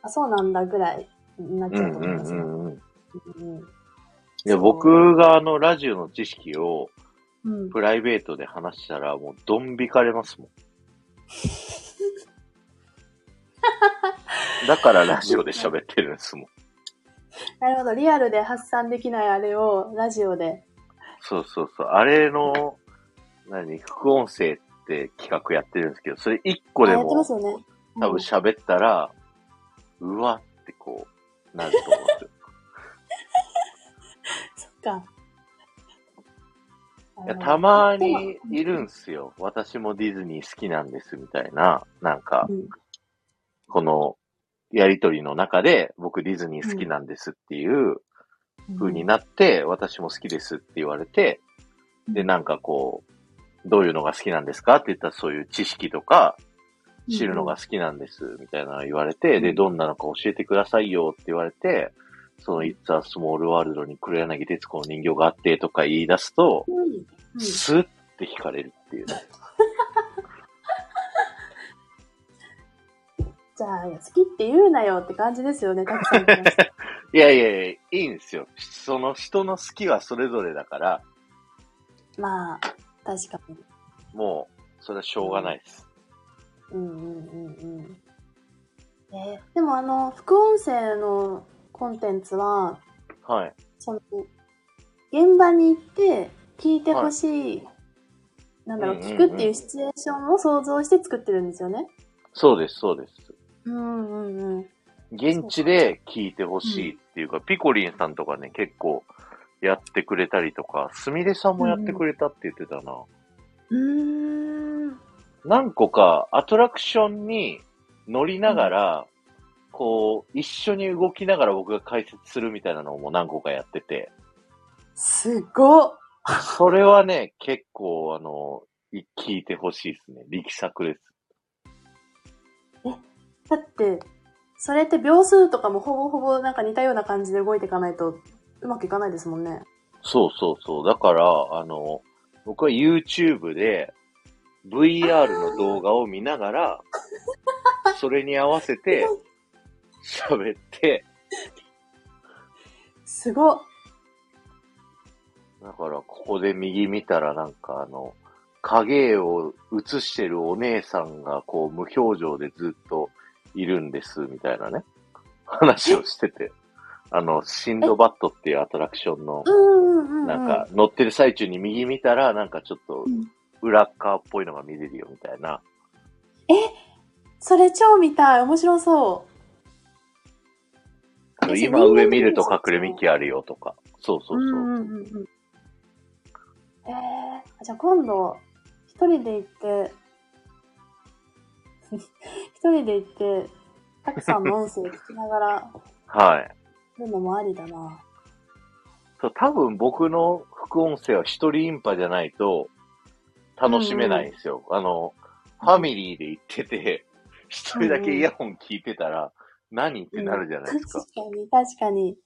あ、そうなんだぐらいになっちう、ゃうんとう思いまん、すうね。ん。うん。うんいや、そう僕があの、ラジオの知識を、うんプライベートで話したら、もう、どん引かれ ますもん。だからラジオで喋ってるんですもん。なるほど、リアルで発散できないあれをラジオで。そうそうそう。あれの、何、副音声って企画やってるんですけど、それ一個あでやってまも、すよね。多分喋ったら、うわってこう、なると思うん ですよ。そっか。いやたまでもにいるんすよ。私もディズニー好きなんですみたいな、なんか、うんこのやりとりの中で、僕ディズニー好きなんですっていう風になって、私も好きですって言われて、で、なんかこう、どういうのが好きなんですかって言ったらそういう知識とか、知るのが好きなんですみたいなの言われて、うんで、どんなのか教えてくださいよって言われて、その、いつはスモールワールドに黒柳徹子の人形があってとか言い出すと、うんうんスッって惹かれるっていうね。じゃあ、好きって言うなよって感じですよね、たくさんからして。いやいやいや、いいんですよ。その人の好きはそれぞれだから、まあ、確かに。もう、それはしょうがないです。うんうんうんうん。えーでもあの、副音声のコンテンツは、はい。その、現場に行って、聞いてほしい、なんだろう、うんうんうん聞くっていうシチュエーションを想像して作ってるんですよね。そうです、そうです。うんうんうん。現地で聞いてほしいっていうか、ピコリンさんとかね、結構やってくれたりとか、すみれさんもやってくれたって言ってたな。うーん。何個かアトラクションに乗りながら、こう、一緒に動きながら僕が解説するみたいなのも何個かやってて、すごっそれはね、結構、あの、い聞いてほしいですね。力作です。だって、それって秒数とかもほぼほぼなんか似たような感じで動いていかないとうまくいかないですもんね。そうそうそう。だから、あの、僕は YouTube で VR の動画を見ながら、それに合わせて喋って、すごっだからここで右見たらなんかあの、影絵を映してるお姉さんがこう無表情でずっといるんです、みたいなね、話をしてて。あの、シンドバットっていうアトラクションの、うんうんうんうん。なんか乗ってる最中に右見たらなんかちょっとうん裏っ側っぽいのが見れるよみたいな。それ超見たい。面白そう。あのえ今そう上見るとそう隠れミッキーあるよとか。そうそうそう。んうんうんうん。えー、じゃあ今度、一人で行って、 一人で行って、たくさんの音声聞きながら、はい。るのもありだな。そう、多分僕の副音声は一人インパじゃないと楽しめないんですよ。あの、ファミリーで行ってて、 一人だけイヤホン聞いてたら、何ってなるじゃないですか。確かに、確かに。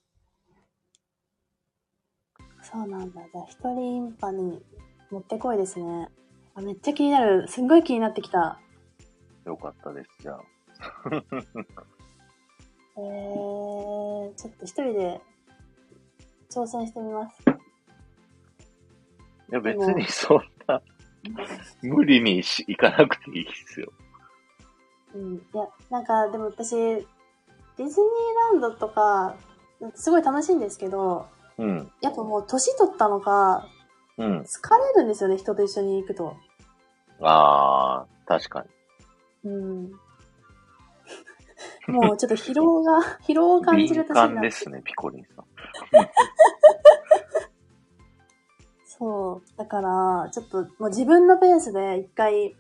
そうなんだ。じゃあ、一人インパに持ってこいですね。あめっちゃ気になる。すんごい気になってきた。よかったです、じゃあ。えー、ちょっと一人で挑戦してみます。いや、別でもにそんな、無理にし行かなくていいですよ。うん。いや、なんか、でも私、ディズニーランドとか、すごい楽しいんですけど、うん。やっぱもう年取ったのか、うん。疲れるんですよね、人と一緒に行くと。ああ、確かに。うん。 もうちょっと疲労が、 疲労を感じる敏年に感なでる。すね、ピコリンさん。そう。だから、ちょっともう自分のペースで一回、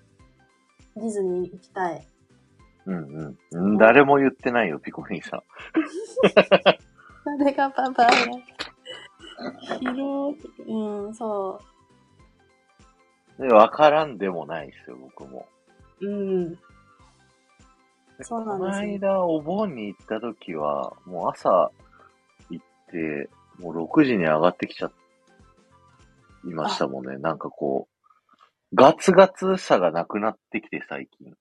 ディズニー行きたい。うんうん。誰も言ってないよ、ピコリンさん。それがパパ。 疲労、うん、そで、わからんでもないですよ、僕も。う。うん。そうなんですねこの間、お盆に行った時は、もう朝行って、もう6時に上がってきちゃいましたもんね。なんかこう、ガツガツさがなくなってきて、最近。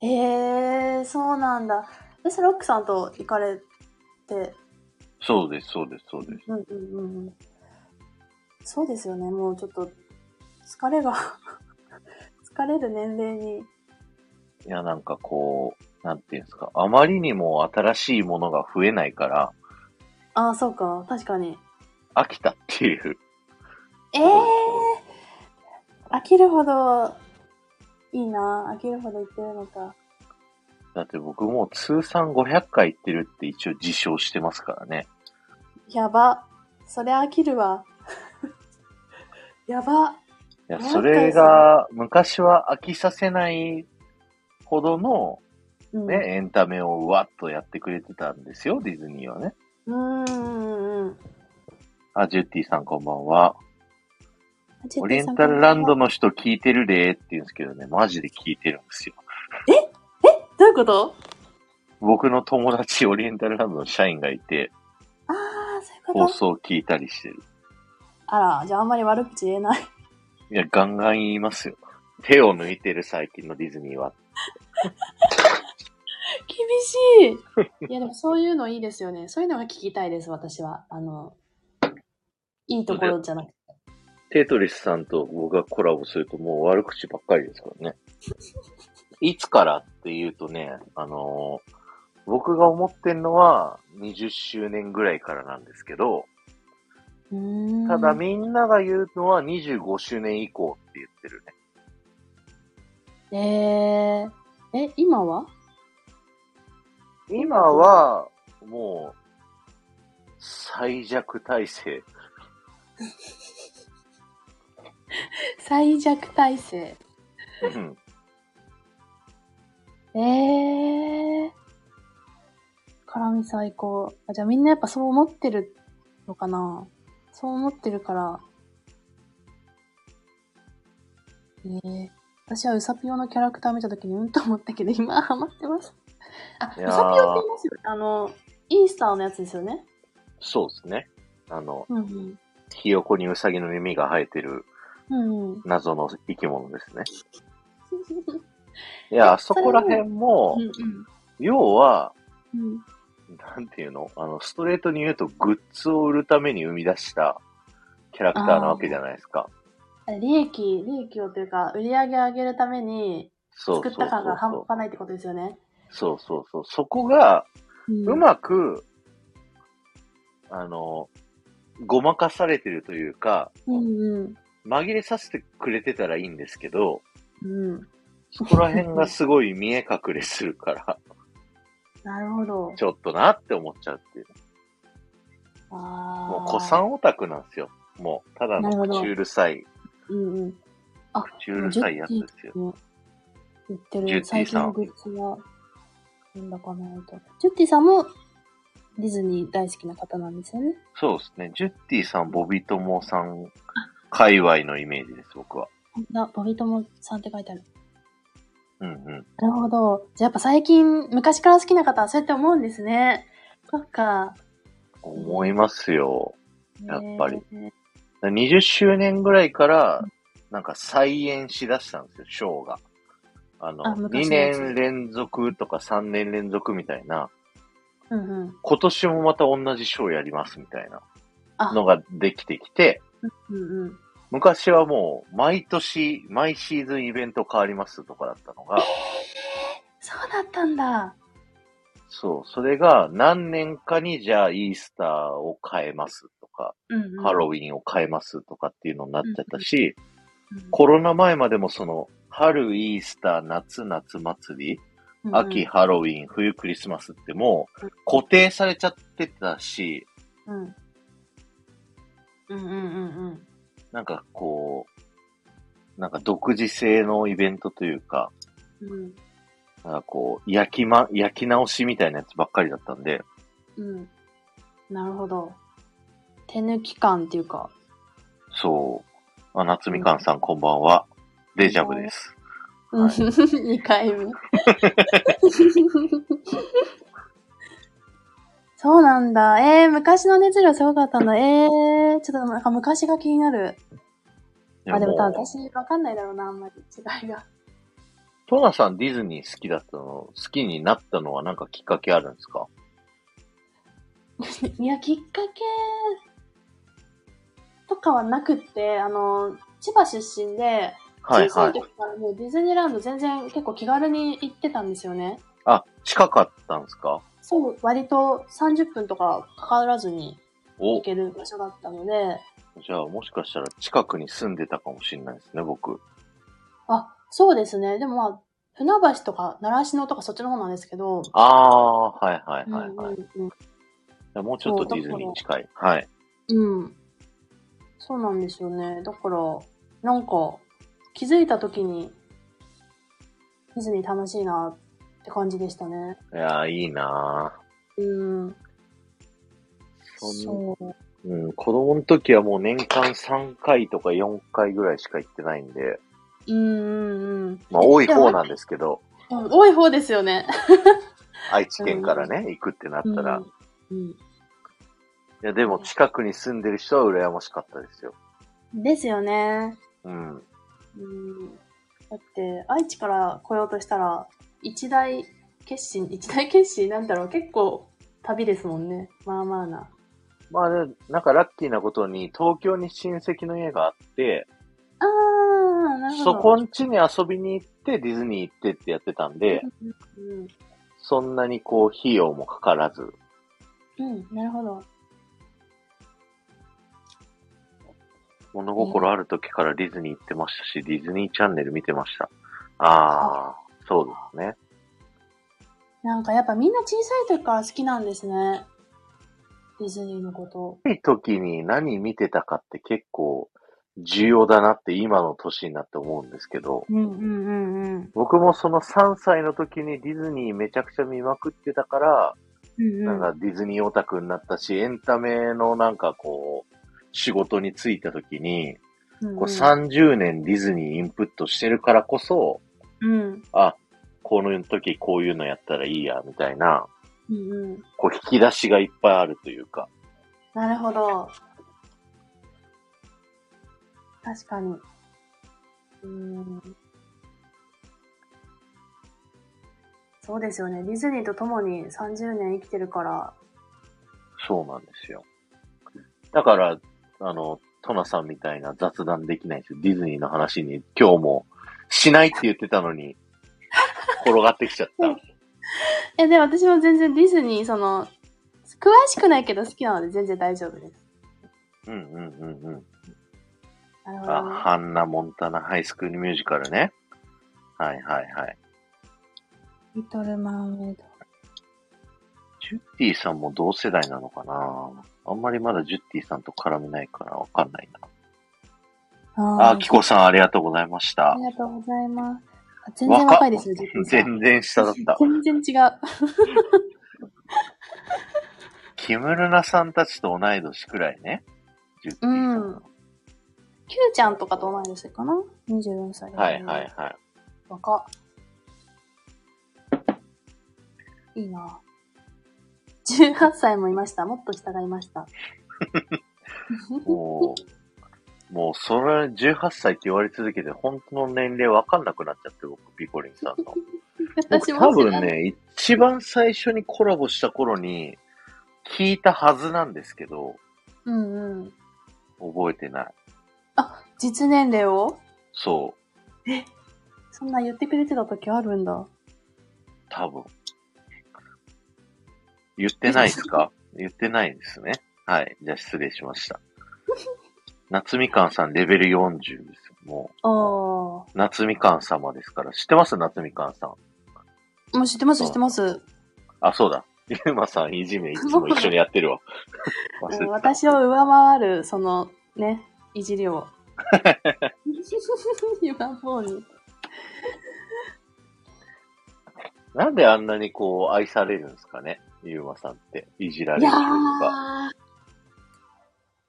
ええー、そうなんだ。え、それロックさんと行かれて、そうです、そうです、そうです。うんうんうんうん。そうですよね。もうちょっと、疲れが、 疲れる年齢に。いや、なんかこう、なんていうんですか、あまりにも新しいものが増えないから、ああ、そうか。確かに。飽きたっていう。ええー、飽きるほど、いいな。飽きるほど言ってるのか。だって僕もう通算500回行ってるって一応自称してますからね。やば。そりゃ飽きるわ。 やば。いや、 500それが昔は飽きさせないほどのうん。ね、エンタメをわっとやってくれてたんですよ、ディズニーはね。うーんうんうん。あ、ジュッティさんこんばんは。オリエンタルランドえ、の人聞いてるでーって言うんですけどね、マジで聞いてるんですよ。どういうこと僕の友達、オリエンタルランドの社員がいて、ああ、そういう放こと送聞いたりしてる。あら、じゃああんまり悪口言えない。いや、ガンガン言いますよ。手を抜いてる最近のディズニーは。 厳し いいやでもそういうのいいですよね。そういうのが聞きたいです、私は。あの、いいところじゃなくて。テトリスさんと僕がコラボするともう悪口ばっかりですからね。いつからっていうとね、あのー僕が思ってんのは20周年ぐらいからなんですけど、うーんただみんなが言うのは25周年以降って言ってるね。えー、え、今は今はもう最弱体制。 最弱体制。うんえー、絡み最高。あじゃあみんなやっぱそう思ってるのかなそう思ってるから。ええ私はウサピオのキャラクター見たときにうんと思ったけど、今はハマってます。あ、いウやーサピオって言いますよね。あの、イースターのやつですよね。そうですね。あの、うんうん。ひよこにうさぎの耳が生えてるうんうん。謎の生き物です ね。いや、そこら辺もう、んうん。要は、うんなんていうのあの、ストレートに言うと、グッズを売るために生み出したキャラクターなわけじゃないですか。あ利益、利益をというか、売り上げ上げるためにそう作そうっそたう感が半そう。端ないってことですよね。そうそうそう。そこが、ううまく、あの、ごまかされてるというか、うん紛れさせてくれてたらいいんですけど、うん。うん。そこら辺がすごい見え隠れする から、なるほど。ちょっとなって思っちゃうっていう。ももう、子さんオタクなんですよ。もう、ただなるのほど口うるさい、うんうん。口うるさいやつですよ。もう言ってジュッテるィ最近さんのグッズは、なんだかなと。ジュッティさんもディズニー大好きな方なんですよね。そうですね。ジュッティさん、ボビトモさん、界隈のイメージです、僕は。ほんとだ、ボビトモさんって書いてある。うんうん。なるほど。じゃあやっぱ最近、昔から好きな方はそうやって思うんですね。そっか。思いますよ。やっぱりね20周年ぐらいから、なんか再演しだしたんですよ、ショーが。あの、あ昔2のやつ年連続とか3年連続みたいな、え。うんうん。今年もまた同じショーやりますみたいなあ、のができてきて、うんうん。昔はもう毎年、毎シーズンイベント変わりますとかだったのが、そうだったんだ。そう、それが何年かにじゃあイースターを変えますとか、うん、うん。ハロウィンを変えますとかっていうのになっちゃったし、うんコロナ前までもその、春、イースター、夏、夏祭り、うんうん秋、ハロウィン、冬、クリスマスってもう固定されちゃってたし、うん。うんうんうんうん。なんかこう、なんか独自性のイベントというか、うん。なんかこう、焼きま、焼き直しみたいなやつばっかりだったんで、うん。なるほど。手抜き感っていうか。そう。あ、夏みかんさんこんばんは。デジャブです。はい 二回目。そうなんだ。えー、昔の熱量すごかったんだ。えー、ちょっとなんか昔が気になる。いやあ、でも多分う私わかんないだろうな、あんまり。違いが。トナさんディズニー好きだったの、好きになったのはなんかきっかけあるんですかいや、きっかけとかはなくって、あの、千葉出身で、はい小さはいい。時からもうディズニーランド全然結構気軽に行ってたんですよね。あ、近かったんですかそう、割と30分とかかからずにお行、ける場所だったので、じゃあもしかしたら近くに住んでたかもしれないですね、僕。あ、そうですね。でもまあ、船橋とか習志野とかそっちの方なんですけど、ああ、はいはいはいはい。うんうんじゃあもうちょっとディズニーに近い。はい。うん、うん。そうなんですよね。だから、なんか、気づいた時に、ディズニー楽しいなって感じでしたね。いやー、いいなーうん。そんそう。うん、子供の時はもう年間3回とか4回ぐらいしか行ってないんで、うんうんうん。まあ多い方なんですけど、多い方ですよね。愛知県からね、行くってなったら、いうん。やでも近くに住んでる人は羨ましかったですよ。うんですよね。うん。うんだって愛知から来ようとしたら一大決心一大決心 なんだろう結構旅ですもんねまあまあなまあ、ね、なんかラッキーなことに、東京に親戚の家があって、あーなるほどそこん家に遊びに行って、ディズニー行ってってやってたんで、うん、そんなにこう、費用もかからず、うん、なるほど物心ある時からディズニー行ってましたし、ディズニーチャンネル見てました。ああ、そうですね。なんかやっぱみんな小さい時から好きなんですねディズニーのこといい時に何見てたかって結構重要だなって今の年になって思うんですけど、うんうんうんうん僕もその3歳の時にディズニーめちゃくちゃ見まくってたから、うんなんかディズニーオタクになったし、エンタメのなんかこう、仕事に就いた時に、うんこう30年ディズニーインプットしてるからこそ、うんあ、この時こういうのやったらいいや、みたいな、うんうん。こう引き出しがいっぱいあるというか、なるほど。確かに。うん。そうですよね。ディズニーと共に30年生きてるから。そうなんですよ。だから、あの、トナさんみたいな雑談できないんですよ。ディズニーの話に今日もしないって言ってたのに、転がってきちゃ った。え、でも私も全然ディズニー、その、詳しくないけど好きなので全然大丈夫です。うんうんうんうん。なるほあ、どね。ハンナ・モンタナ・ハイスクール・ミュージカルね。はいはいはい。リトルマーメイド。ジュッティさんも同世代なのかなあんまりまだジュッティさんと絡みないからわかんないな。あ、キコさんありがとうございましたあり。がとうございます。あ全然若いですよ、自分さん全然下だ った。全然違う。キムルナさんたちと同い年くらいね。ジュッティうさん。ん。キューちゃんとかと同い年かな ?24 歳。はいはい。は若っ。いいな18歳もいました。もっと下がいました。い。もう、もうそれ18歳って言われ続けて、本当の年齢わかんなくなっちゃって、僕、ピコリンさんの。僕 私も多知分らない。ね、一番最初にコラボした頃に聞いたはずなんですけど、うんうん。覚えてない。実年齢をそう。そんな言ってくれてた時あるんだ。多分。言ってないですか言ってないですね。はい。じゃあ失礼しま した。夏みかんさんレベル40ですよ。もああ。もう、夏みかん様ですから。知ってます夏みかんさん。う知ってます、知ってます。あ、そうだ。 ゆうまさん、いじめいつも一緒にやってる わ。忘れてた私を上回る、その、ね、いじりを。 今もうに。なんであんなにこう、愛されるんですかねゆうまさんって。いじられいるやー、というか。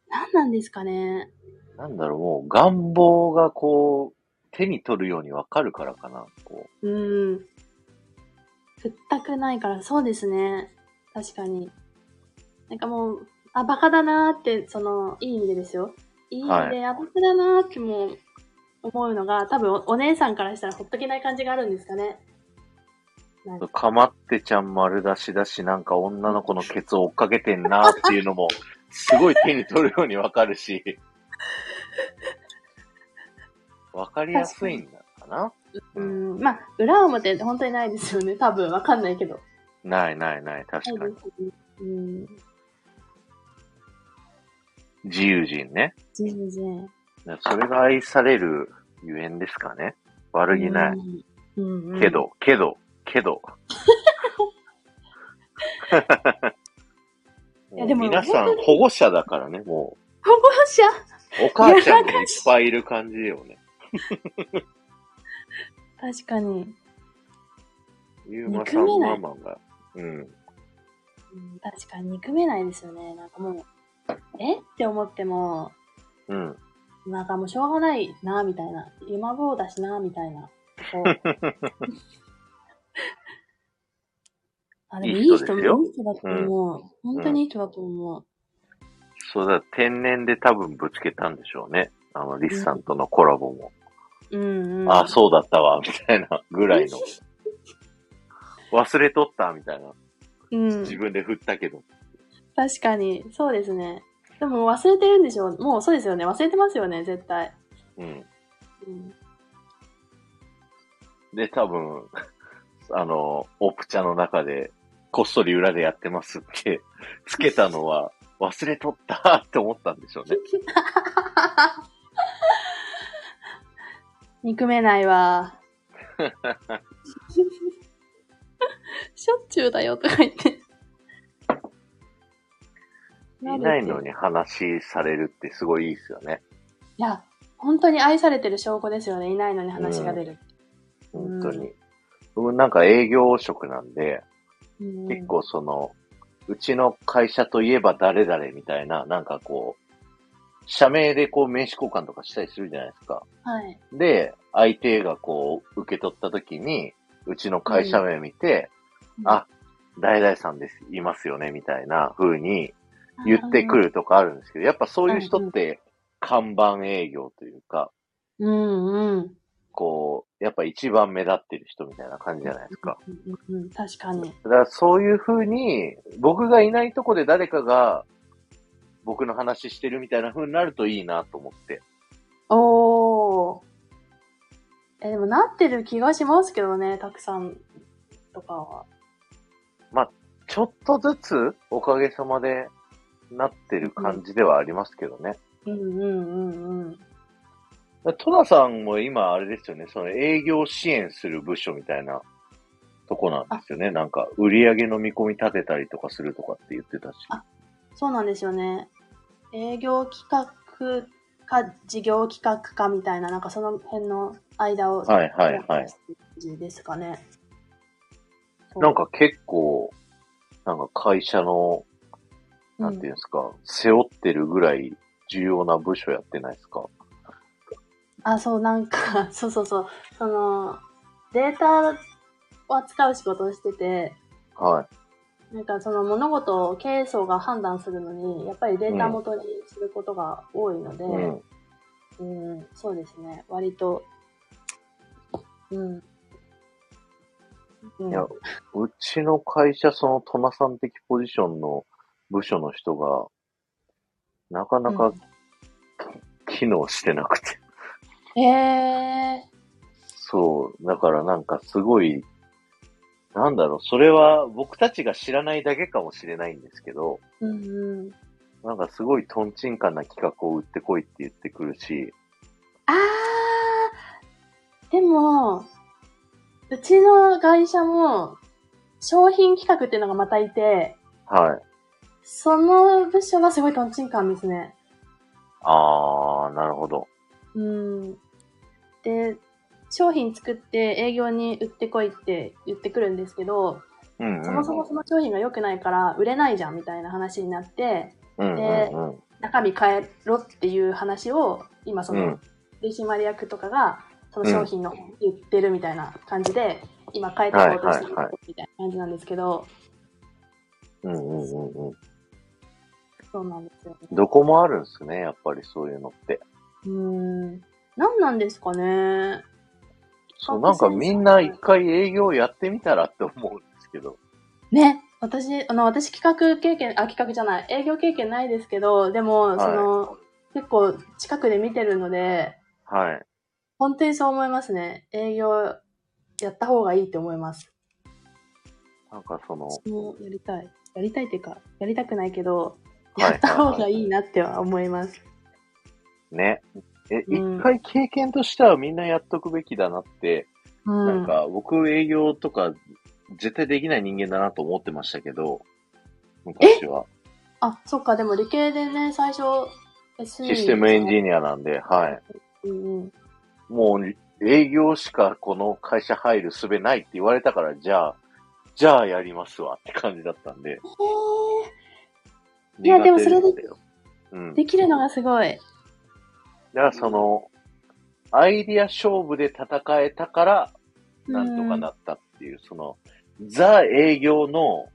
何なんですかね。なんだろう、もう、願望がこう、手に取るようにわかるからかな。こううん。振ったくないから、そうですね。確かに。なんかもう、あ、バカだなーって、その、いい意味でですよ。いい意味で、あ、バカだなーってもう、思うのが、多分お、お姉さんからしたらほっとけない感じがあるんですかね。なんか、かまってちゃん丸出しだし、なんか女の子のケツを追っかけてんなっていうのも、すごい手に取るようにわかる し、わかりやすいんだかなうん、まあ、裏表って本当にないですよね。 多分、わかんないけど。ないないない、確かないにで。すね。うん。自由人ね。全然。それが愛されるゆえんですかね。悪気ない。うん。うんけ。 ど、けど、けど。いやでも皆さん本当に保護者だからね、も保護者う。お母ちゃんがいっぱいいる感じよね。確かに、ゆうまさん憎めなマいマが。うん。うん確かに憎めないですよね。なんかもう、えって思っても、うん。なんかもうしょうがないな、みたいな。今棒だしな、みたいな。こうあ、でもいいいい人で人すもいよい人だと思う。本当にいい人だと思う。そうだ、天然で多分ぶつけたんでしょうね。あの、リスさんとのコラボも。うん、うん。あ、そうだったわ、みたいなぐらいの。忘れとった、みたいな。う。うん。自分で振ったけど。確かに、そうですね。でも忘れてるんでしょう。もうそうですよね。忘れてますよね、絶対。うん。うん、で、多分、 あの、オプチャの中で、こっそり裏でやってますって、つけたのは、忘れとったって思ったんでしょうね。 憎めない わ。しょっちゅうだよとか言って。いないのに話されるってすごいいいですよね。いや、本当に愛されてる証拠ですよね。いないのに話が出る。本当に。僕なんか営業職なんで、うん結構その、うちの会社といえば誰々みたいな、なんかこう、社名でこう名刺交換とかしたりするじゃないですか。はい。で、相手がこう、受け取った時に、うちの会社名見て、うんあ、誰々さんです、いますよね、みたいな風に言ってくるとかあるんですけど、やっぱそういう人って、看板営業というか、あー。うんうん。こう、やっぱ一番目立ってる人みたいな感じじゃないですか。うんうんうん、確かに。だからそういう風に、僕がいないとこで誰かが、僕の話してるみたいな風になるといいなと思って。おー。え、でもなってる気がしますけどね、たくさんとかは。ちょっとずつ、おかげさまで、なってる感じではありますけどね。うんうんうんうん。だからトナさんも今、あれですよね、その営業支援する部署みたいなとこなんですよね。なんか、売り上げの見込み立てたりとかするとかって言ってたし。そうなんですよね。営業企画か事業企画かみたいな、なんかその辺の間を。はいはいはい。ですかね。そうなん、か結構、なんか会社の、なんていうんですか、背負ってるぐらい重要な部署やってないですかあ、そう、なんか、 そうそうそう。その、データを扱う仕事をしてて、はい。なんかその物事を経営層が判断するのに、やっぱりデータ元にすることが多いので、うん。うん、そうですね。割と、うん。うんいやうちの会社、そのトナさん的ポジションの部署の人が、なかなか機能してなくて。うんえそう。だからなんかすごい、なんだろう、それは僕たちが知らないだけかもしれないんですけど、ー、うんうん。なんかすごいトンチンカンな企画を売ってこいって言ってくるし、あー、でも、うちの会社も、商品企画っていうのがまたいて、はい。その部署はすごいトンチンカンですね。あー、なるほど。うん。で、商品作って営業に売ってこいって言ってくるんですけど、うん、うん。そもそもその商品が良くないから売れないじゃんみたいな話になって、うんうんうん。中身変えろっていう話を、今その取締役とかが、その商品の言ってるみたいな感じで、今変えていこうとしてるはいはいはみたいな感じなんですけど、うんうんうんうん。そうなんですよね。どこもあるんすね、やっぱりそういうのって。うーん。何なんですかね。そう、なんかみんな一回営業やってみたらって思うんですけど。ね、私、あの、私企画経験、あ、企画じゃない、営業経験ないですけど、でも、いその、結構近くで見てるので、はい。本当にそう思いますね。営業やった方がいいと思います。なんかその、私もやりたい。やりたいっていうか、やりたくないけど、はいはいやった方がいいなっては思います。ね。え、一、うん回経験としてはみんなやっとくべきだなって、うん。なんか僕営業とか絶対できない人間だなと思ってましたけど、昔は。あ、そっか、でも理系でね、最初、SE システムエンジニアなんで、はい。うんうん。もう営業しかこの会社入る術ないって言われたから、じゃあ、じゃあやりますわって感じだったんで。いやでも苦手したようん。へーだできるのがすごい。からその、アイディア勝負で戦えたから、なんとかなったっていう、その、ザ営業の、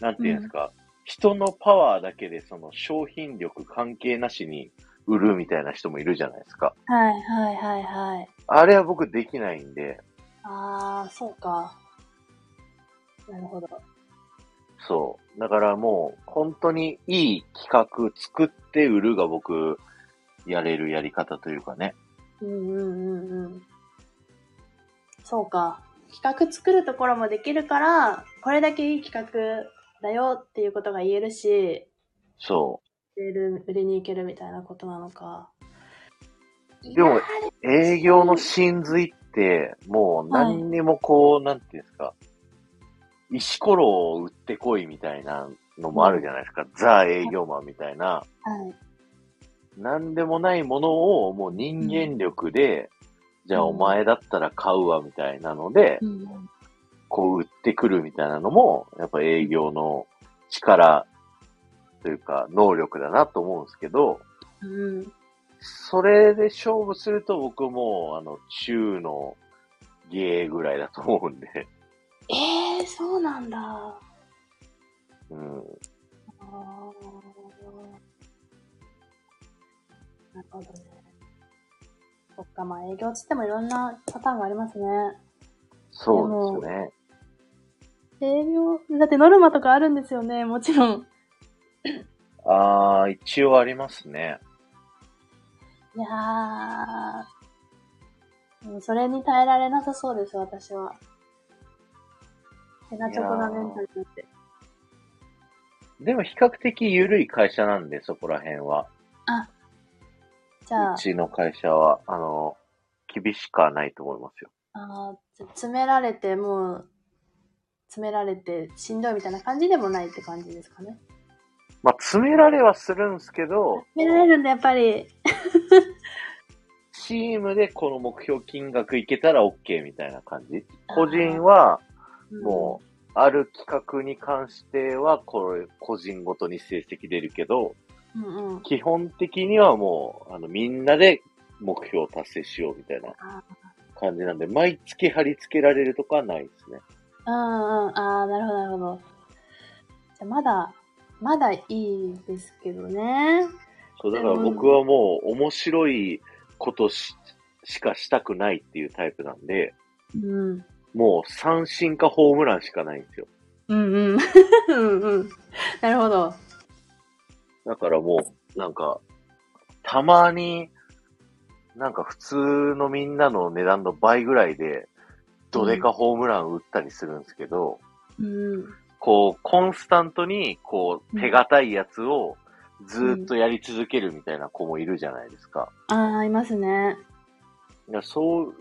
なんていうんですか、人のパワーだけでその商品力関係なしに売るみたいな人もいるじゃないですか。うん。はいはいはいはい。あれは僕できないんで、ああ、そうか。なるほど。そう。だからもう、本当にいい企画作って売るが僕、やれるやり方というかね。うんうんうんうん。そうか。企画作るところもできるから、これだけいい企画だよっていうことが言えるし、そ売れる売りに行けるみたいなことなのか。う。でも、営業の真髄って、もう何にもこう、なんていうんですか、石ころを売ってこいみたいなのもあるじゃないですか。ザ営業マンみたいな。はい。なんでもないものをもう人間力で、じゃあお前だったら買うわみたいなので、うんこう売ってくるみたいなのも、やっぱ営業の力というか能力だなと思うんですけど、うん。それで勝負すると僕もうあの中の芸ぐらいだと思うんで、 ええー、そうなんだ。あうん、ーなるほどね。そっか、まあ営業っつってもいろんなパターンがありますね。そうですね。営業、だってノルマとかあるんですよね、もちろん。ああ、一応ありますね。いやー、もうそれに耐えられなさそうです、私は。ヘナチョコがメンタルになって。でも比較的緩い会社なんで、そこら辺は。じゃあう、ちの会社は、あの、厳しくはないと思いますよ。あー詰められて、もう、詰められて、しんどいみたいな感じでもないって感じですかね。まあ、詰められはするんですけど、詰められるんだ、やっぱり。チームでこの目標金額いけたら OK みたいな感じ。個人は、もう、ある企画に関しては、これ、個人ごとに成績出るけど、うん、うんうん。基本的にはもう、あの、みんなで目標を達成しようみたいなあ感じなんで、毎月貼り付けられるとかはないですね。うんうん、ああ、なるほど、なるほど。じゃあ、まだ、まだいいですけどね。そう、だから僕はもう面白いことししかしたくないっていうタイプなんで、うん。もう三振かホームランしかないんですよ。うんうん。 うんうん。なるほど。だからもう、なんか、たまに、なんか普通のみんなの値段の倍ぐらいで、どれかホームラン打ったりするんですけど、うん。こう、コンスタントに、こう、手堅いやつをずーっとやり続けるみたいな子もいるじゃないですか。ああ、いますね。いや、そう、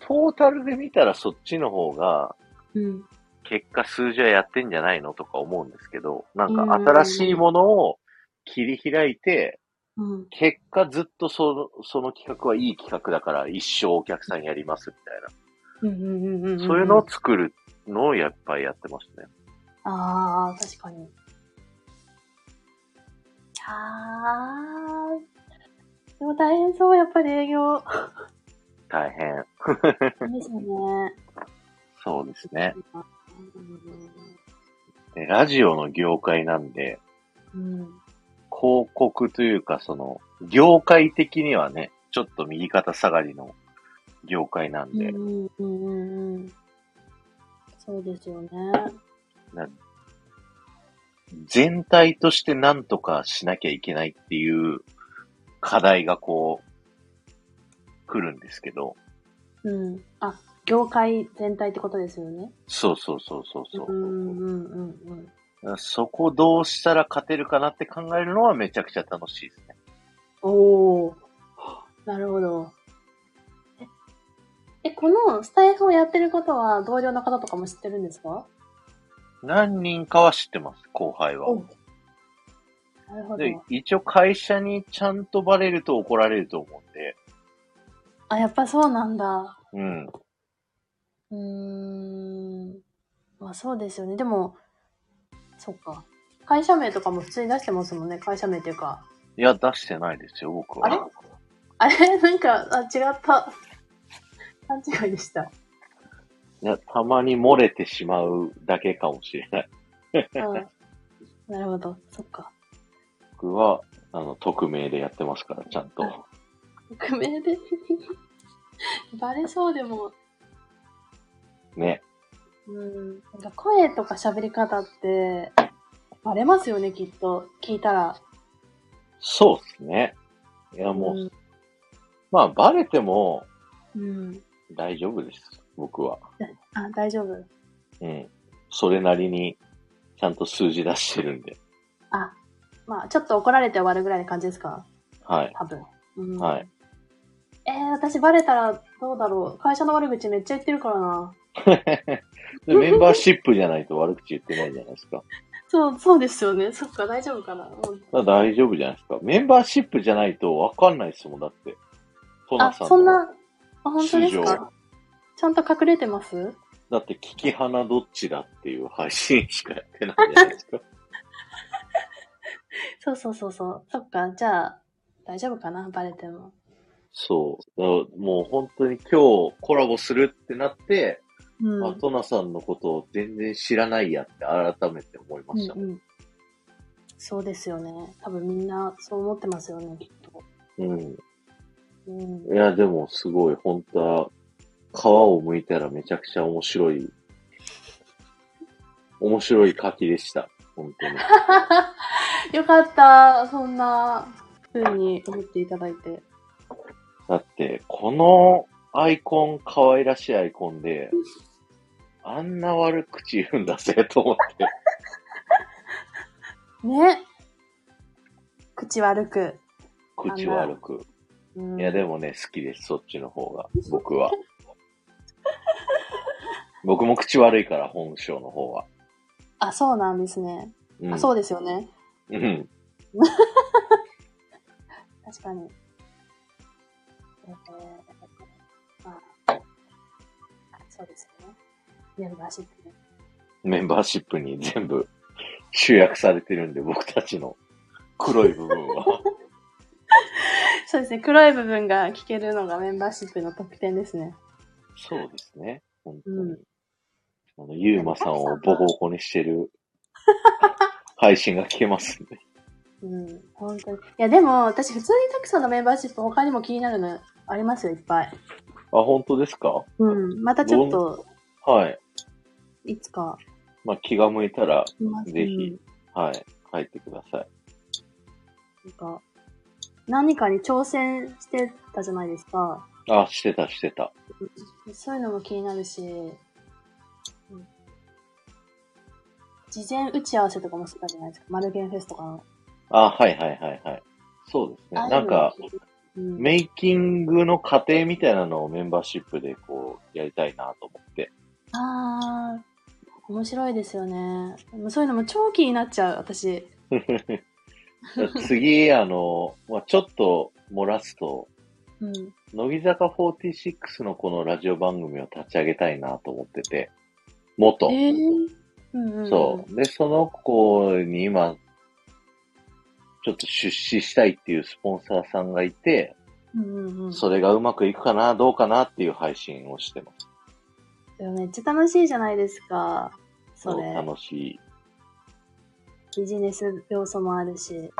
トータルで見たらそっちの方が、うん。結果数字はやってんじゃないのとか思うんですけど、なんか新しいものを切り開いて、うん。結果ずっとその、その企画はいい企画だから一生お客さんやりますみうんうんうんうんたいな。うん。そういうのを作るのをやっぱりやってますね。ああ、確かに。あー。でも大変そう、やっぱり営 業。大変。ですよね。そうですね。うでラジオの業界なんで、ん。広告というかその、業界的にはね、ちょっと右肩下がりの業界なんうんで、うんうんうんうん。そうですよね。全体として何とかしなきゃいけないっていう課題がこう、来るんですけど、うん。あ、業界全体ってことですよね。そうそうそうそうそうう。んうんうんうん。そこどうしたら勝てるかなって考えるのはめちゃくちゃ楽しいですね。おお、なるほど。え、えこのスタイフをやってることは同僚の方とかも知ってるんですか何人かは知ってます、後輩は。なるほどで。一応会社にちゃんとバレると怒られると思うんで、あ、やっぱそうなんだ。うん。うーん。まあそうですよね。でも、そっか。会社名とかも普通に出してますもんね。会社名っていうか。いや、出してないですよ、僕あれは。あれなんか、あ、違った。 勘違いでした。いや、たまに漏れてしまうだけかもしれない。 うん。なるほど。そっか。僕は、あの、匿名でやってますから、ちゃんと。匿名で。 バレそうでも。ね。うん、なんか声とか喋り方って、バレますよね、きっと。聞いたら。そうですね。いや、もう、まあ、バレてもうん。うん。大丈夫です。僕は。あ、大丈夫。うん。それなりに、ちゃんと数字出してるんで。あ、まあ、ちょっと怒られて終わるぐらいの感じですかはい。多分。うん、はい。えー、私バレたらどうだろう。会社の悪口めっちゃ言ってるからな。でメンバーシップじゃないと悪口言ってないじゃないですか。そう、そうですよね。そっか、大丈夫かな。うだんから大丈夫じゃないですか。メンバーシップじゃないとわかんないですもん、だって。トナあ、さんそんの。な、あ、本当です素性かちゃんと隠れてますだって、聞き花どっちだっていう配信しかやってないじゃないですか。そうそうそうそう。そっか、じゃあ、大丈夫かなバレても。そう。だからもう本当に今日コラボするってなって、うん。まあ、トナさんのことを全然知らないやって改めて思いまうしんた。うん。そうですよね。多分みんなそう思ってますよね、きっと。うん。うん。いや、でもすごい、本当は、皮を剥いたらめちゃくちゃ面白い、面白い柿でした。本当 に。よかった。そんな風に思っていただいて。だって、このアイコン、可愛らしいアイコンで、あんな悪口言うんだぜ、と思 って。ね。口悪く。口悪く。うん、いや、でもね、好きです、そっちの方が。僕は。僕も口悪いから、本性の方は。あ、そうなんですね。うん、あ、そうですよね。うん。確かに。えーまあ、そうですよね。メンバーシップね。メンバーシップに全部集約されてるんで、僕たちの黒い部分 は。そうですね。黒い部分が聞けるのがメンバーシップの特典ですね。そうですね。本当に。うんあの、ゆうまさんをボコボコにして る配信が聞けますんで。うん、本当に。いや、でも、私、普通にたくさんのメンバーシップ、他にも気になるのありますよ、いっぱい。あ、本当ですかうん。またちょっと、はい。いつか、まあ、気が向いたら、いますぜひうんはい、入ってください。なんか、何かに挑戦してたじゃないですか。あ、してた、してた。そういうのも気になるし、うん事前打ち合わせとかもしてたじゃないですか。マルゲンフェスとかの。あ、はい、はい、はい、はい。そうですね。なんか、、うん、メイキングの過程みたいなのをメンバーシップでこう、やりたいなと思って。ああ、面白いですよね。でもそういうのも超気になっちゃう、私。 次、あの、まあ、ちょっと漏らすと、うん。乃木坂46のこのラジオ番組を立ち上げたいなと思ってて、元。えーうんうん、そう。で、その子に今、ちょっと出資したいっていうスポンサーさんがいて、うん。うんうんそれがうまくいくかな、どうかなっていう配信をしてます。でもめっちゃ楽しいじゃないですか。それ。楽しい。ビジネス要素もあ るし。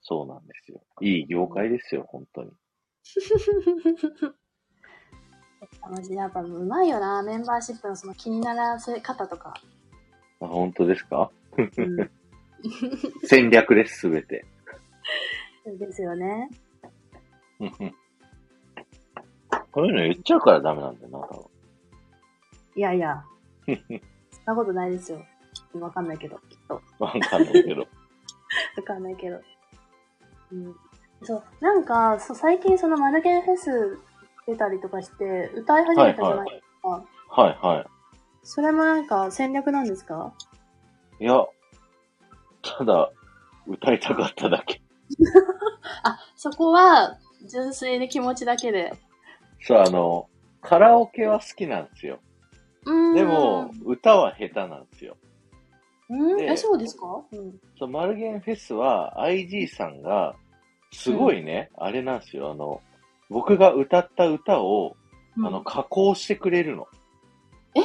そうなんですよ。いい業界ですよ、本当に。楽しい。やっぱうまいよな。メンバーシップのその気にならせ方とか。あ本当ですかうん、戦略です、すべて。そうですよね。うんうん こういうの言っちゃうからダメなんだよな、多分。いやいや。そんなことないですよ。わかんないけど、きっと。わかんないけ ど。わかんないけど。うん。そう、なんか、そう最近そのマルゲンフェス出たりとかして、歌い始めたじゃないですか。はいはい。それもなんか戦略なんですかいや、ただ、歌いたかっただけ。あ、そこは、純粋に気持ちだけで。そう、あの、カラオケは好きなんですよ。うーん。でも、歌は下手なんですよ。うん、でえ、そうですかうん。そう、マルゲンフェスは、IG さんが、すごいね、あれなんですよ。あの、僕が歌った歌を、あの、加工してくれるの。え、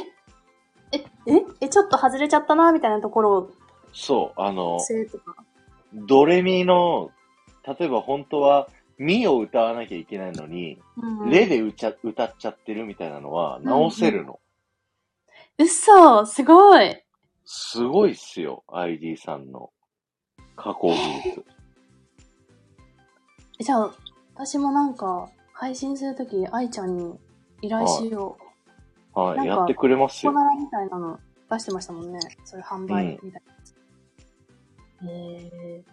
え、え、ちょっと外れちゃったな、みたいなところそう、あのを、、せーとか。ドレミの、例えば本当は、ミを歌わなきゃいけないのに、うんレで歌歌っちゃってるみたいなのは直せるの。嘘すごいすごいっすよ、ID さんの加工技術。えじゃあ、私もなんか、配信するとき、愛ちゃんに依頼しよう。はなんい、かやってくれますコよ。ナラみたいなの出してましたもんね。そういう販売みたいなやつ。へえ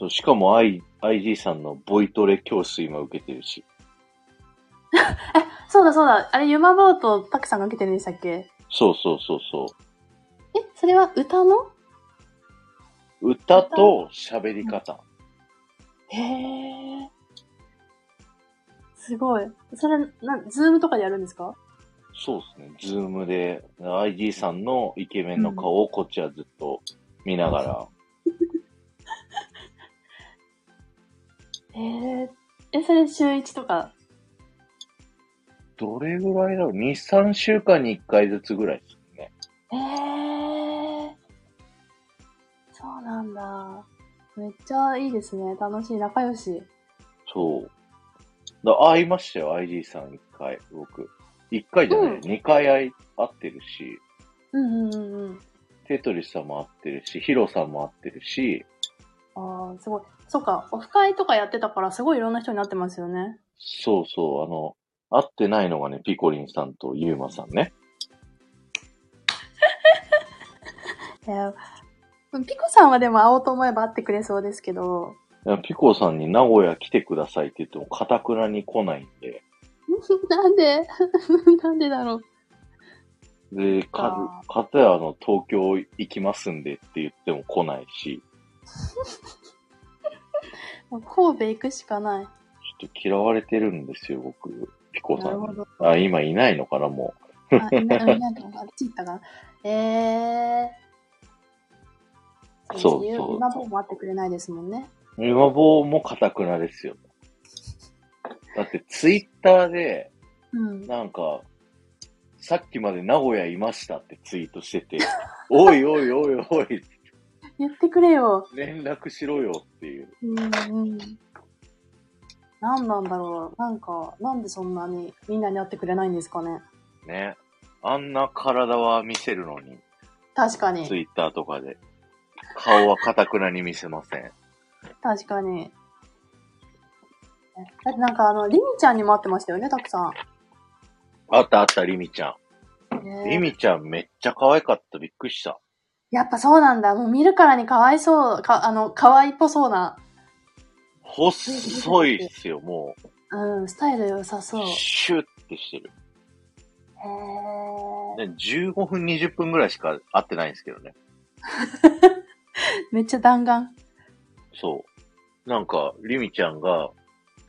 そうしかも I ID さんのボイトレ教室今受けてるし。そうだそうだ。あれ、ユマボート、たくさんが受けてるんでしたっけえ、そうそうそうそそれは歌のう。歌と喋り方。へえ。すごい。それ、な、ズームとかでやるんですかそうですね。ズームで ID さんのイケメンの顔をこっちはずっと見ながらえー、え、それ週一とか。どれぐらいだろう ?2、3週間に1回ずつぐらいですね。えー、そうなんだ。めっちゃいいですね。楽しい、仲良し。そう。だあ、会いましたよ、IG さん1回、僕。1回じゃない、うん2回会い会ってるし、うんうんうんうん。テトリスさんも会ってるし、ヒロさんも会ってるし、ああ、すごい。そっか、オフ会とかやってたから、すごいいろんな人になってますよね。そうそう、あの、会ってないのがね、ピコリンさんとユーマさんね。えー、ピコさんはでも会おうと思えば会ってくれそうですけど、ピコさんに名古屋来てくださいって言っても、かたくなに来ないんで。なんで なんでだろう。で、かあ、かたやあの、東京行きますんでって言っても来ないし、もう神戸行くしかない。ちょっと嫌われてるんですよ、僕、ピコさなるんほに。ど。あ、今いないのかな、もあ、いない、いないとか、あっち行ったかな。えー。そうそう自由今も待ってくれないですもんね。う。沼棒もかたくなですよ。だって、ツイッターで、うん。なんか、さっきまで名古屋いましたってツイートして て、おいおいおいおい、言ってくれよ。連絡しろよっていう。うんうん。何なんだろう。なんか、なんでそんなにみんなに会ってくれないんですかね。ね。あんな体は見せるのに、確かにツ。イッターとかで。顔はかたくなに見せません。確かに。だってなんかあの、リミちゃんにも会ってましたよね、たくさん。あったあった、りみちゃねん。りみちゃんめっちゃ可愛かった。びっくりした。やっぱそうなんだ。もう見るからにかわいそう、か、あの、かわいっぽそうな。細いっすよ、もう。うん、スタイル良さそう。へシュッてしてる。ーで15分、20分ぐらいしか会ってないんですけどね。めっちゃ弾丸。そう。なんか、りみちゃんが、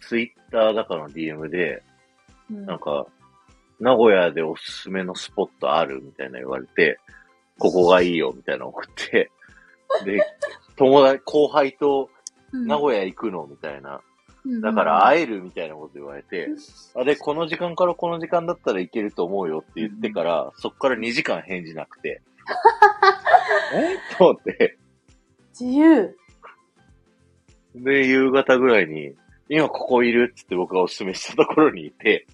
ツイッターだからの DM で、うんなんか、名古屋でおすすめのスポットあるみたいな言われて、ここがいいよみたいなの送って、で、友達、後輩と名古屋行くのみたいな、屋だから会えるみたいなこと言われて、あ、で、この時間からこの時間だったらいけると思うよって言ってから、そっから2時間返事なくて。えと思って。自由。で、夕方ぐらいに、今ここいるっつって僕がお勧めしたところにいて、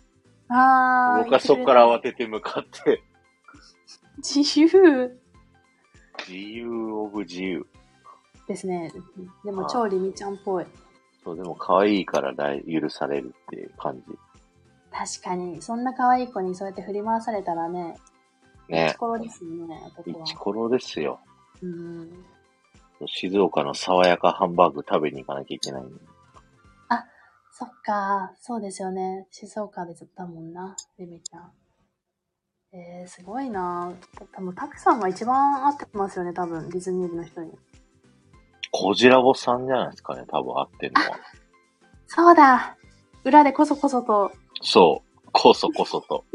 ああ。僕はそっから慌て。てて向かって、自由自由オブ自由。ですね。でもはい超リミちゃんっぽい。そう、でも可愛いからだい許されるっていう感じ。確かに、そんな可愛い子にそうやって振り回されたらね、イねチ。コロですよね、イ男はチ。コロですよ。うん。静岡の爽やかハンバーグ食べに行かなきゃいけないんで。そっか、そうですよね。静岡でずっとだもんな、リミちゃん。えー、すごいな多分、たくさんが一番合ってますよね、多分、ディズニー部の人に。コジラボさんじゃないですかね、多分会ってんのは。そうだ裏でこそこそと。そう。こそこそと。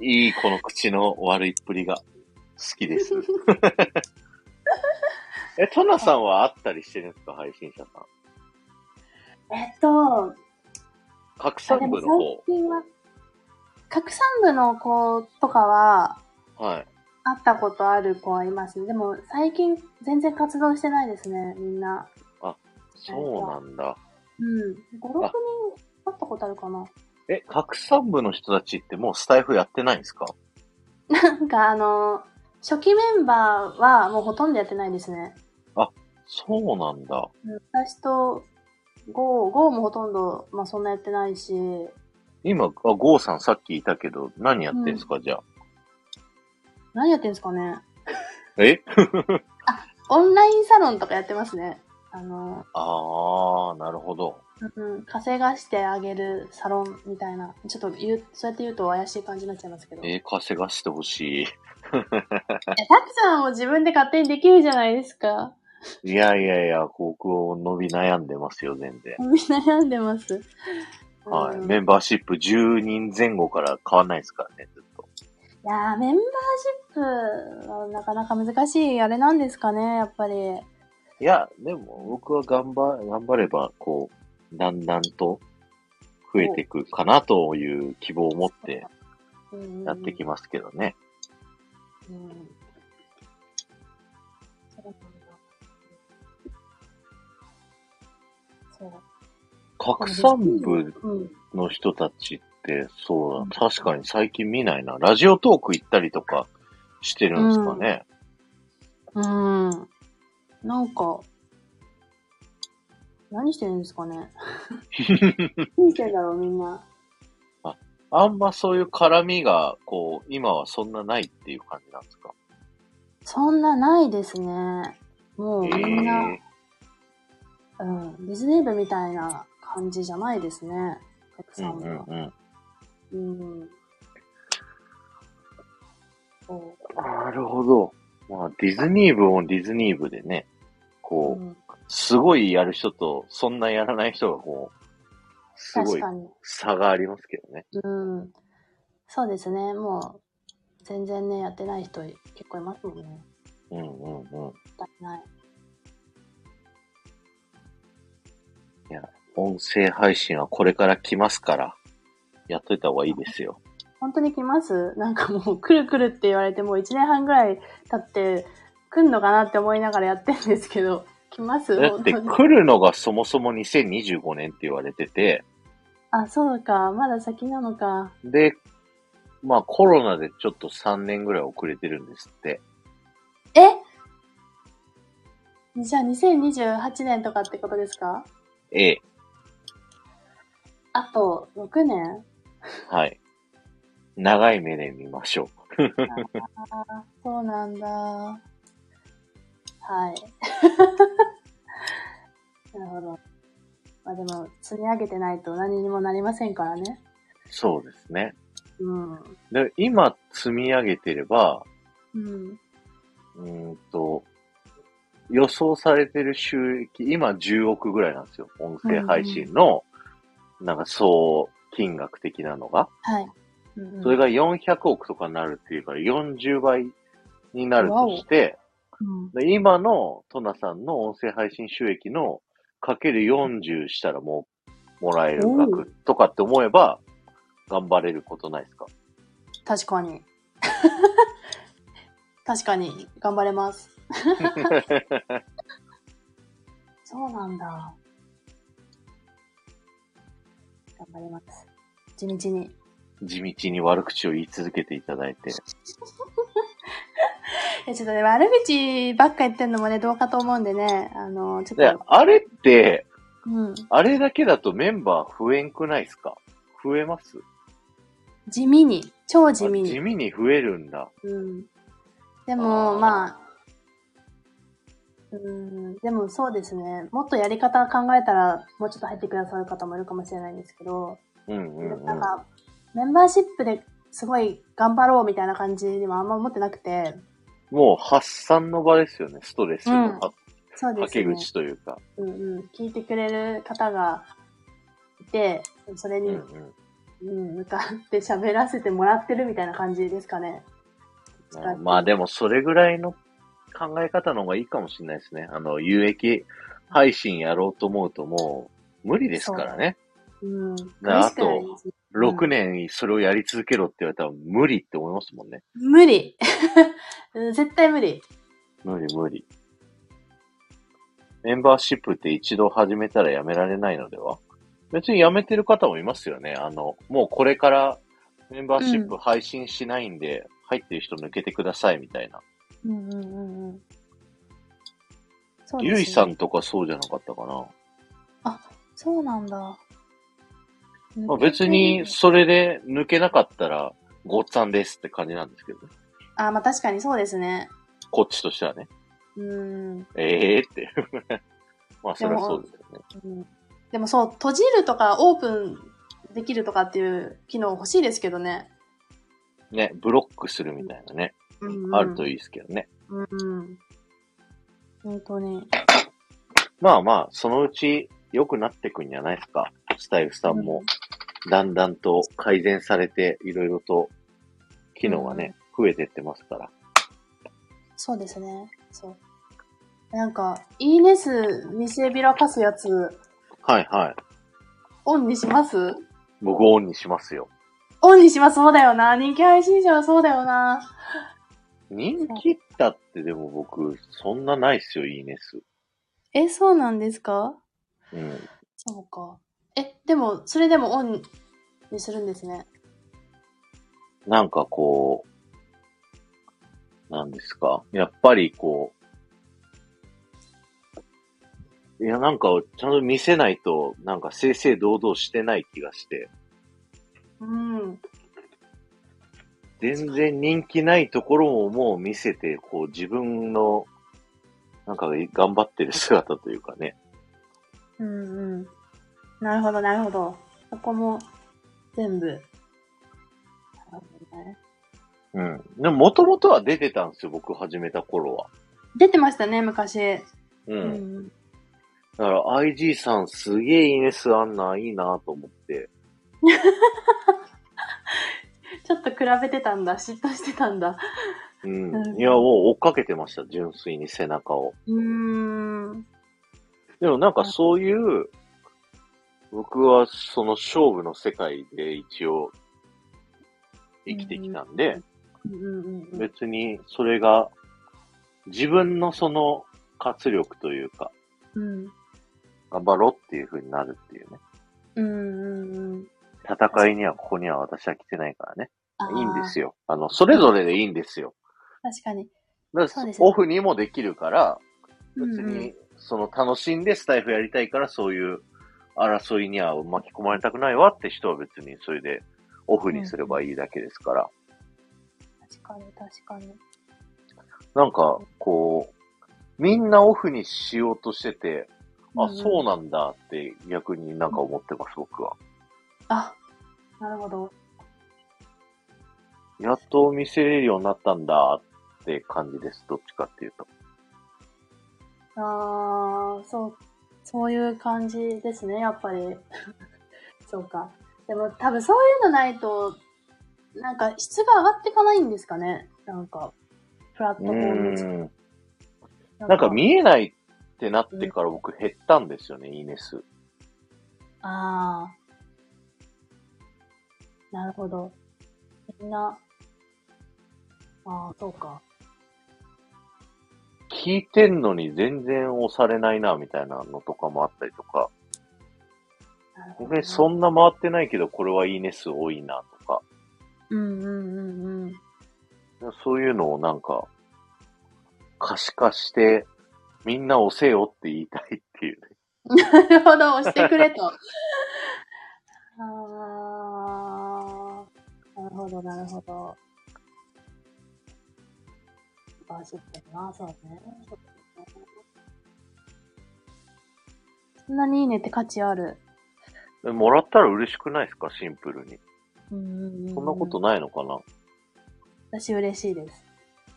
いい、この口の悪いっぷりが好きです。え、トナさんは会ったりしてるんですか配信者さん。えっと、拡あ散でも部の方最。近は、拡散部の子とかは、はい。会ったことある子はいますね。でも、最近、全然活動してないですね、みんな。そうなんだ。うん。5、6あ人会ったことあるかな。え、拡散部の人たちってもうスタイフやってないんですかなんか、あの、初期メンバーはもうほとんどやってないですね。そうなんだ。うん私と、ゴー、ゴーもほとんど、まあそんなやってないし、今、あ、ゴーさんさっきいたけど、何やってんすか、じゃあ。何やってんですかねえオンラインサロンとかやってますね。あの、あー、なるほど。うん、稼がしてあげるサロンみたいな。ちょっと言う、そうやって言うと怪しい感じになっちゃいますけど。ええ、ー、稼がしてほしたくさんも自分で勝手にできるじゃないですか。い。いやいやいや、僕を伸び悩んでますよ、全然。みんな悩んでます。はい。うんメンバーシップ10人前後から変わんないですからね、ずっと。いやー、メンバーシップはなかなか難しいあれなんですかね、やっぱり。いや、でも僕は頑張、頑張れば、こう、だんだんと増えていくかなという希望を持ってうんやってきますけどね。うんそうなんだ。そうだ。拡散部うん。の人たちって、そううんだ、確かに最近見ないな。ラジオトーク行ったりとかしてるんですかね。うん。なんか、何してるんです かね。何してんだろう、みんな。あんまそういう絡みが、こう、今はそんなないっていう感じなんですか。そんなないですね。もうみんな、えうん、ディズニー部みたいな感じじゃないですね。たくーうさんんうんは。うん。うん。そなるほど。まあ、ディズニー部もディズニー部でね、う。うこう、ん、すごいやる人と、そんなやらない人がこう、すご確いかに。差がありますけどね。うん。そうですね。もう、全然ね、やってない人結構いますもんね。もうんうんうん。ったいない。音声配信はこれから来ますから、やっといた方がいいですよ。本当に来ますなんかもう、来る来るって言われて、もう1年半ぐらい経って、来んのかなって思いながらやってるんですけど、来ますだって本当に来るのがそもそも2025年って言われてて、あ、そうか。まだ先なのか。で、まあコロナでちょっと3年ぐらい遅れてるんですって。えじゃあ2028年とかってことですかええ、あと6年はい。長い目で見ましょそうなんだ。はい。 なるほど。まあでも、積み上げてないと何にもなりませんからね。う。そうですね。うん。で、今積み上げてれば、うん。うーんと、予想されてる収益、今10億ぐらいなんですよ。音声配信の、なんか総金額的なのが。はい。うんうんそれ、が400億とかになるっていうから40倍になるとして、うんで今のトナさんの音声配信収益のかける40したらもうもらえる額とかって思えば頑張れることないですか確かに。 確かに、頑張れます。そうなんだ。頑張ります。地道に。地道に悪口を言い続けていただいて。いやちょっとね、悪口ばっか言ってんのもね、どうかと思うんでね、あの、ちょでっと、、あれって、うん、あれだけだとメンバー増えんくないですか増えます地味に、超地味あに。地味に増えるんだ。うん。でも、あーまあ、うん、でもそうですね、もっとやり方考えたら、もうちょっと入ってくださる方もいるかもしれないんですけど、うんうんうん。なんか、メンバーシップですごい頑張ろうみたいな感じにはあんま思ってなくて、もう発散の場ですよね。ストレスのはそうではすけね。口というか。うんうん。聞いてくれる方がいて、それうんに、うん。うん、向かって喋らせてもらってるみたいな感じですかね。うんまあでもそれぐらいの考え方の方がいいかもしれないですね。あの、有益配信やろうと思うともう無理ですからね。うん。なあ苦しくなりますねうん6年それをやり続けろって言われたら無理って思いますもんね。無理 うん絶対無理。無理無理。メンバーシップって一度始めたらやめられないのでは別にやめてる方もいますよね。あの、もうこれからメンバーシップ配信しないんで、入ってる人抜けてくださいみたいな。うんうんうんうん。そうですねゆいさんとかそうじゃなかったかな。そうなんだ。まあ、別に、それで抜けなかったら、ごっつぁんですって感じなんですけどね。あ、まあ確かにそうですね。こっちとしてはね。うん。ええー、って。 まあ、それはそうですよね。うんでもそう、閉じるとかオープンできるとかっていう機能欲しいですけどね。ね、ブロックするみたいなね。うんあるといいですけどね。うんうん。本当に。まあまあ、そのうち良くなってくんじゃないですか。スタイフさんも、だんだんと改善されて、いろいろと、機能がね、増えてってますから。そうですね。そう。なんか、いいね数見せびらかすやつ、はいはい。オンにします僕オンにしますよ。オンにします。そうだよな。人気配信者はそうだよな。人気だってでも僕、そんなないっすよ、いいね数。え、そうなんですかうん。そうか。え、でも、それでもオンにするんですね。なんかこう、なんですか。やっぱりこう、いや、なんか、ちゃんと見せないと、なんか、正々堂々してない気がして、うん。全然人気ないところをもう見せて、こう、自分の、なんか、頑張ってる姿というかね。うんうん。なるほど、なるほど。そこも、全部。なるほどね。うん。でも、もともとは出てたんですよ、僕始めた頃は。出てましたね、昔。う。うんん。だから、IG さんすげえいいね数あんな、いいなと思って。ちょっと比べてたんだ。嫉妬してたんだ。う。うんんいや、もう追っかけてました、純粋に背中を。うーん。でもなんかそういう、僕はその勝負の世界で一応生きてきたんで、うんうんうんうん。別にそれが自分のその活力というか、うん。頑張ろうっていう風になるっていうね。うんうんうん。戦いにはここには私は来てないからね。いいんですよ。よ。あの、それぞれでいいんですよ。確かに。だかそうらですねオフにもできるから、別うんうにん、その楽しんでスタイフやりたいから、そういう争いには巻き込まれたくないわって人は別にそれでオフにすればいいだけですから、確かに、確かに。なんか、こう、みんなオフにしようとしてて、あ、そうな。なんだって逆になんか思ってます、僕は。あ、なるほど。やっと見せれるようになったんだって感じです、どっちかっていうと。あー、そう、そういう感じですね、やっぱり。 そうか。でも多分そういうのないと、なんか質が上がっていかないんですかね。なんか、プラットフうォーム自体。ん。なんか見えないってなってから僕減ったんですよね、いいね数。ああ。なるほど。みんな、ああ、そうか。聞いてんのに全然押されないな、みたいなのとかもあったりとか、なるほど逆にそんな回ってないけど、これはいいね数多いな、とか、うんうんうんうん。そういうのをなんか、可視化して、みんな押せよって言いたいっていうね。なるほど、押してくれ と。ああー、なるほど、なるほど。バズってるな、そうね。そんなにいいねって価値ある。えもらったら嬉しくないですかシンプルに。うんそんなことないのかな、私嬉しいです。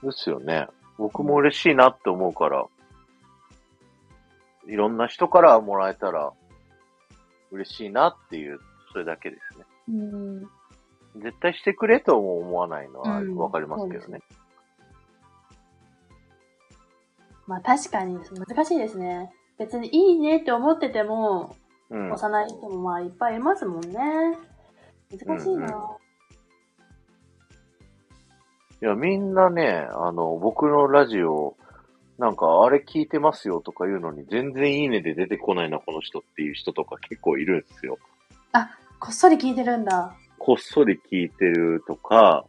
ですよね。僕も嬉しいなって思うから、いろんな人からもらえたら、嬉しいなっていう、それだけですね。うん。絶対してくれとも思わないのはうんわかりますけどそうでね。まあ確かに難しいですね。別にいいねって思ってても、うん。幼い人もまあいっぱいいますもんね。難しいな。いや、みんなね、あの、僕のラジオ、なんか、あれ聞いてますよとか言うのに、全然いいねで出てこないな、この人っていう人とか結構いるんですよ。こっそり聞いてるんだ。こっそり聞いてるとか、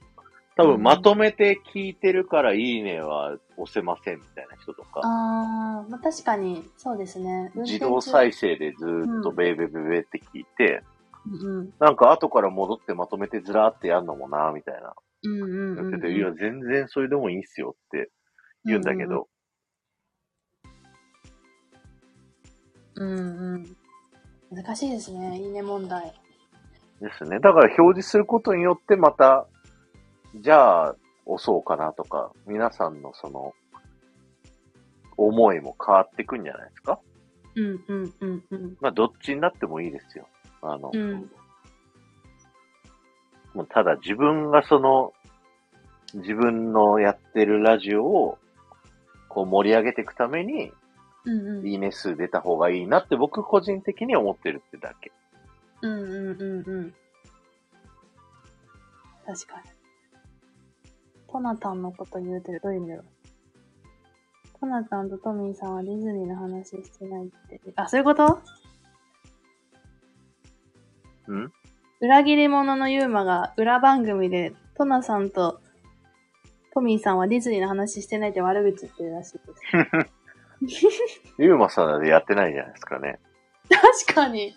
多う分んまとめて聞いてるからいいねは押せませんみたいな人とか、あー、まあ、確かに、そうですね。自動生。再生でずーっとベーベーベーベーって聞いて、うんうん。なんか後から戻ってまとめてずらーってやんのもな、みたいな。うんうんやうっんてうて、いや、ん。全然それでもいいっすよって言うんだけど、うんうん。難しいですね。いいね問題。ですね。だから表示することによってまた、じゃあ、押そうかなとか、皆さんのその、思いも変わってくんじゃないですかうんうんうんうん。まあ、どっちになってもいいですよ。あの、うんもうただ自分がその、自分のやってるラジオを、こう盛り上げていくために、うんうん。いいね数出た方がいいなって僕個人的に思ってるってだけ。うんうんうんうん。確かに。トナタンのこと言うてるどういう意味だろう。トナタンとトミーさんはディズニーの話してないって。あ、そういうことん裏切り者のユーマが裏番組でトナさんとトミーさんはディズニーの話してないって悪口言ってるらしいです。ユーマさんでやってないじゃないですかね。確かに。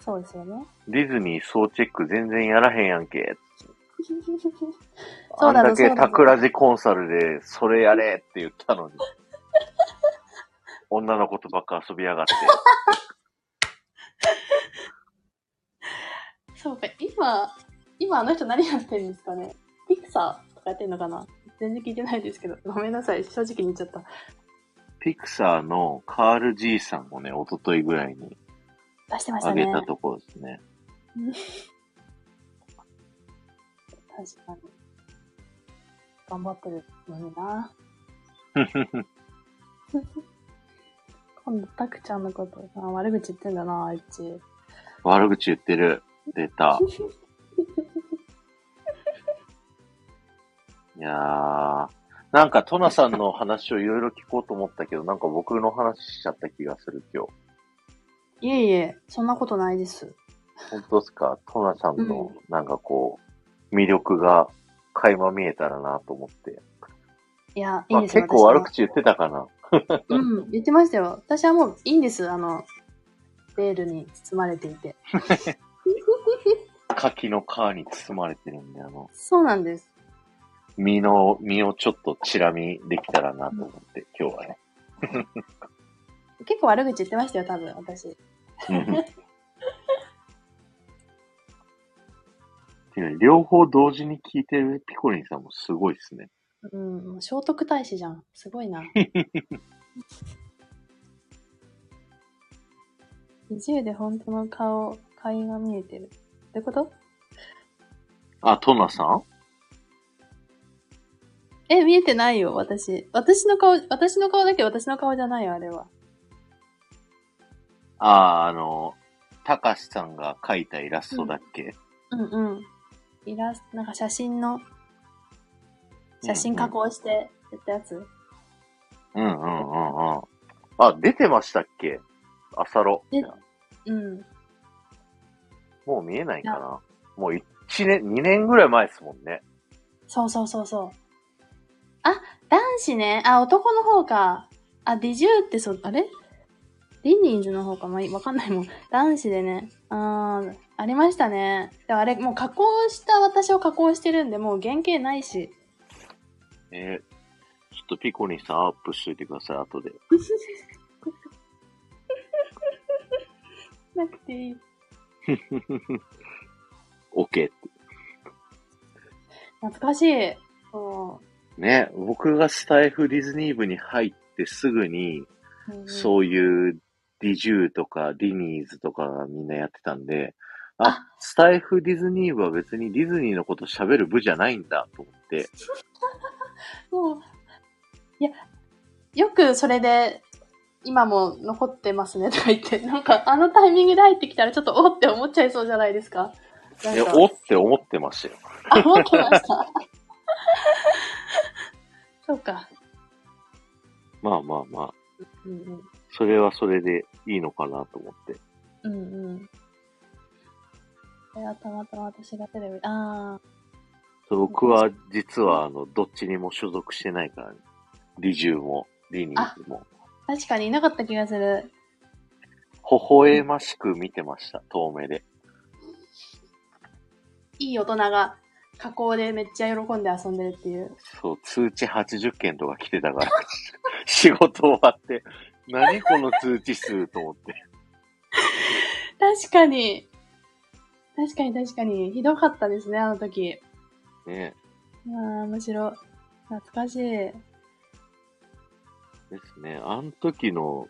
そうですよね。ディズニー総チェック全然やらへんやんけ。そうなのあんだけそうなの桜地コンサルで、それやれって言ったのに。女の子とばっか遊びやがっ て。そうか、今、今あの人何やってるんですかねピクサーとかやってんのかな全然聞いてないですけど、ごめんなさい、正直に言っちゃった。ピクサーのカール G さんもね、おとといぐらいに出してましあたね。げ確たところですね。かに。頑張ってるのにな。今度、たくちゃんのこと、あ悪口言ってんだな、あいつ。悪口言ってる。出た。いやー。なんか、トナさんの話をいろいろ聞こうと思ったけど、なんか僕の話しちゃった気がする、今日。いえいえ、そんなことないです。本当ですかトナさんの、なんかこう、魅力が垣間見えたらなと思って。いや、いいまんあ、ですよ結構私は悪口言ってたかな。うん、言ってましたよ。私はもういいんです。あの、ベールに包まれてい て。柿の皮に包まれてるんで、あの、そうなんです。身の、身をちょっとチラ見できたらなと思って、今日はね。結構悪口言ってましたよ、多分、私。て か両方同時に聞いてるピコリンさんもすごいですね。うん、もう聖徳太子じゃん。すごい な。20で本当の顔、顔が見えてる。ってことあ、トナさんえ、見えてないよ、私。私の顔、私の顔だけど私の顔じゃないよ、あれは。ああ、あの、たかしさんが描いたイラストだっけ、うんうん。イラスト、なんか写真の、写真加工してやったやつ。うん、うん、うんうんうん。あ、出てましたっけ朝ロ。でうん。もう見えないかな。もう1年、2年ぐらい前ですもんね。そうそうそうそう。あ、男子ね。あ、男の方か。あ、ディジューってそ、あれリンリンズの方か。まあいい、わかんないもん。男子でね。あー、ありましたね。でもあれ、もう加工した私を加工してるんで、もう原型ないし。えーちょっとピコリンさんアップしといてください、後 で。なくていい。 OK って。懐かしい。そね、僕がスタイフディズニー部に入ってすぐに、う。うんそういうディジューとかディニーズとかがみんなやってたんで、あ、あスタイフディズニー部は別にディズニーのこと喋る部じゃないんだと思って、もう、いや、よくそれで、今も残ってますねとか言って、なんかあのタイミングで入ってきたらちょっとおって思っちゃいそうじゃないですか。なんいかやおって思ってましたよ。あ、思ってました。 そうか。まあまあまあ、うんうん。それはそれでいいのかなと思って。うんうん。これはたまたま私がテレビ、あそう僕は実はあの、どっちにも所属してないから、ね、ディジューもディニーズも、ー、確かにいなかった気がする。微笑ましく見てました、遠目で。いい大人が加工でめっちゃ喜んで遊んでるっていう。そう、通知80件とか来てたから、 仕事終わって、何この通知数と思って。確かに。確かに確かに。ひどかったですね、あの時。ねああ、面白い。懐かしい。ですね。あの時の、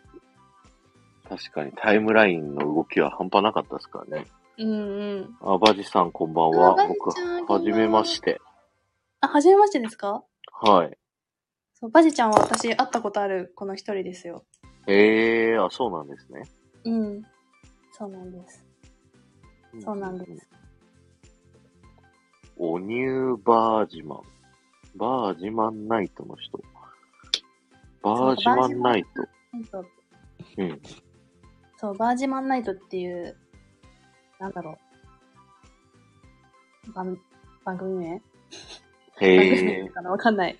確かにタイムラインの動きは半端なかったですからね。うんうん。あばじさんこんばんはあ。ばじ僕、ちゃんはじめまして。あ、初めましてですかはい。そう、バジちゃんは私会ったことあるこの一人ですよ。ええあ、そうなんですね。。うん。そうなんです。そうなんですおニューバージマン。バージマンナイトの人。バージマンナイト。なんかうん。そう、バージマンナイトっていう、なんだろう。番、番組名へ番組名えかなわかんない。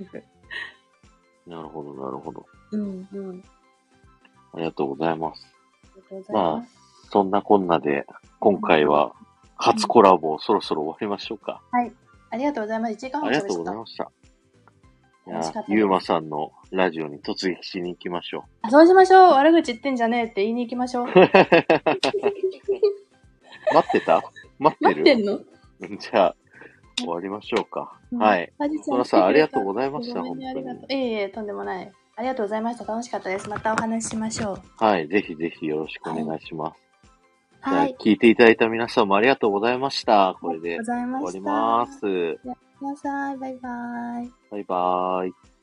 なるほど、なるほど。うん、うん。ありがとうございます。ありがとうございままあす。、そんなこんなで、今回は初コラボ、そろそろ終わりましょうか。ありがとうございます。1時間あ半りでがとうしございた。ました。いや楽しかったですゆうまさんのラジオに突撃しに行きましょあそうしましょう。悪口言ってんじゃねえって言いに行きまし ょう。う。待ってた待って 待るってんのじゃあ、終わりましょうか。はい。。バジちゃんトラさん、ありがとうございざいました。ご本めんね、あ当りがにとう。。いえいえ、とんでもない。ありがとうございました。楽しかったです。またお話ししましょう。はい。ぜひぜひよろしくお願いします。はじいゃ。あ、聞いていただいた皆さんもありがとうございました。これでありがとうござ終いまわしりた。ます。ください。バイバイ。バイバーイ。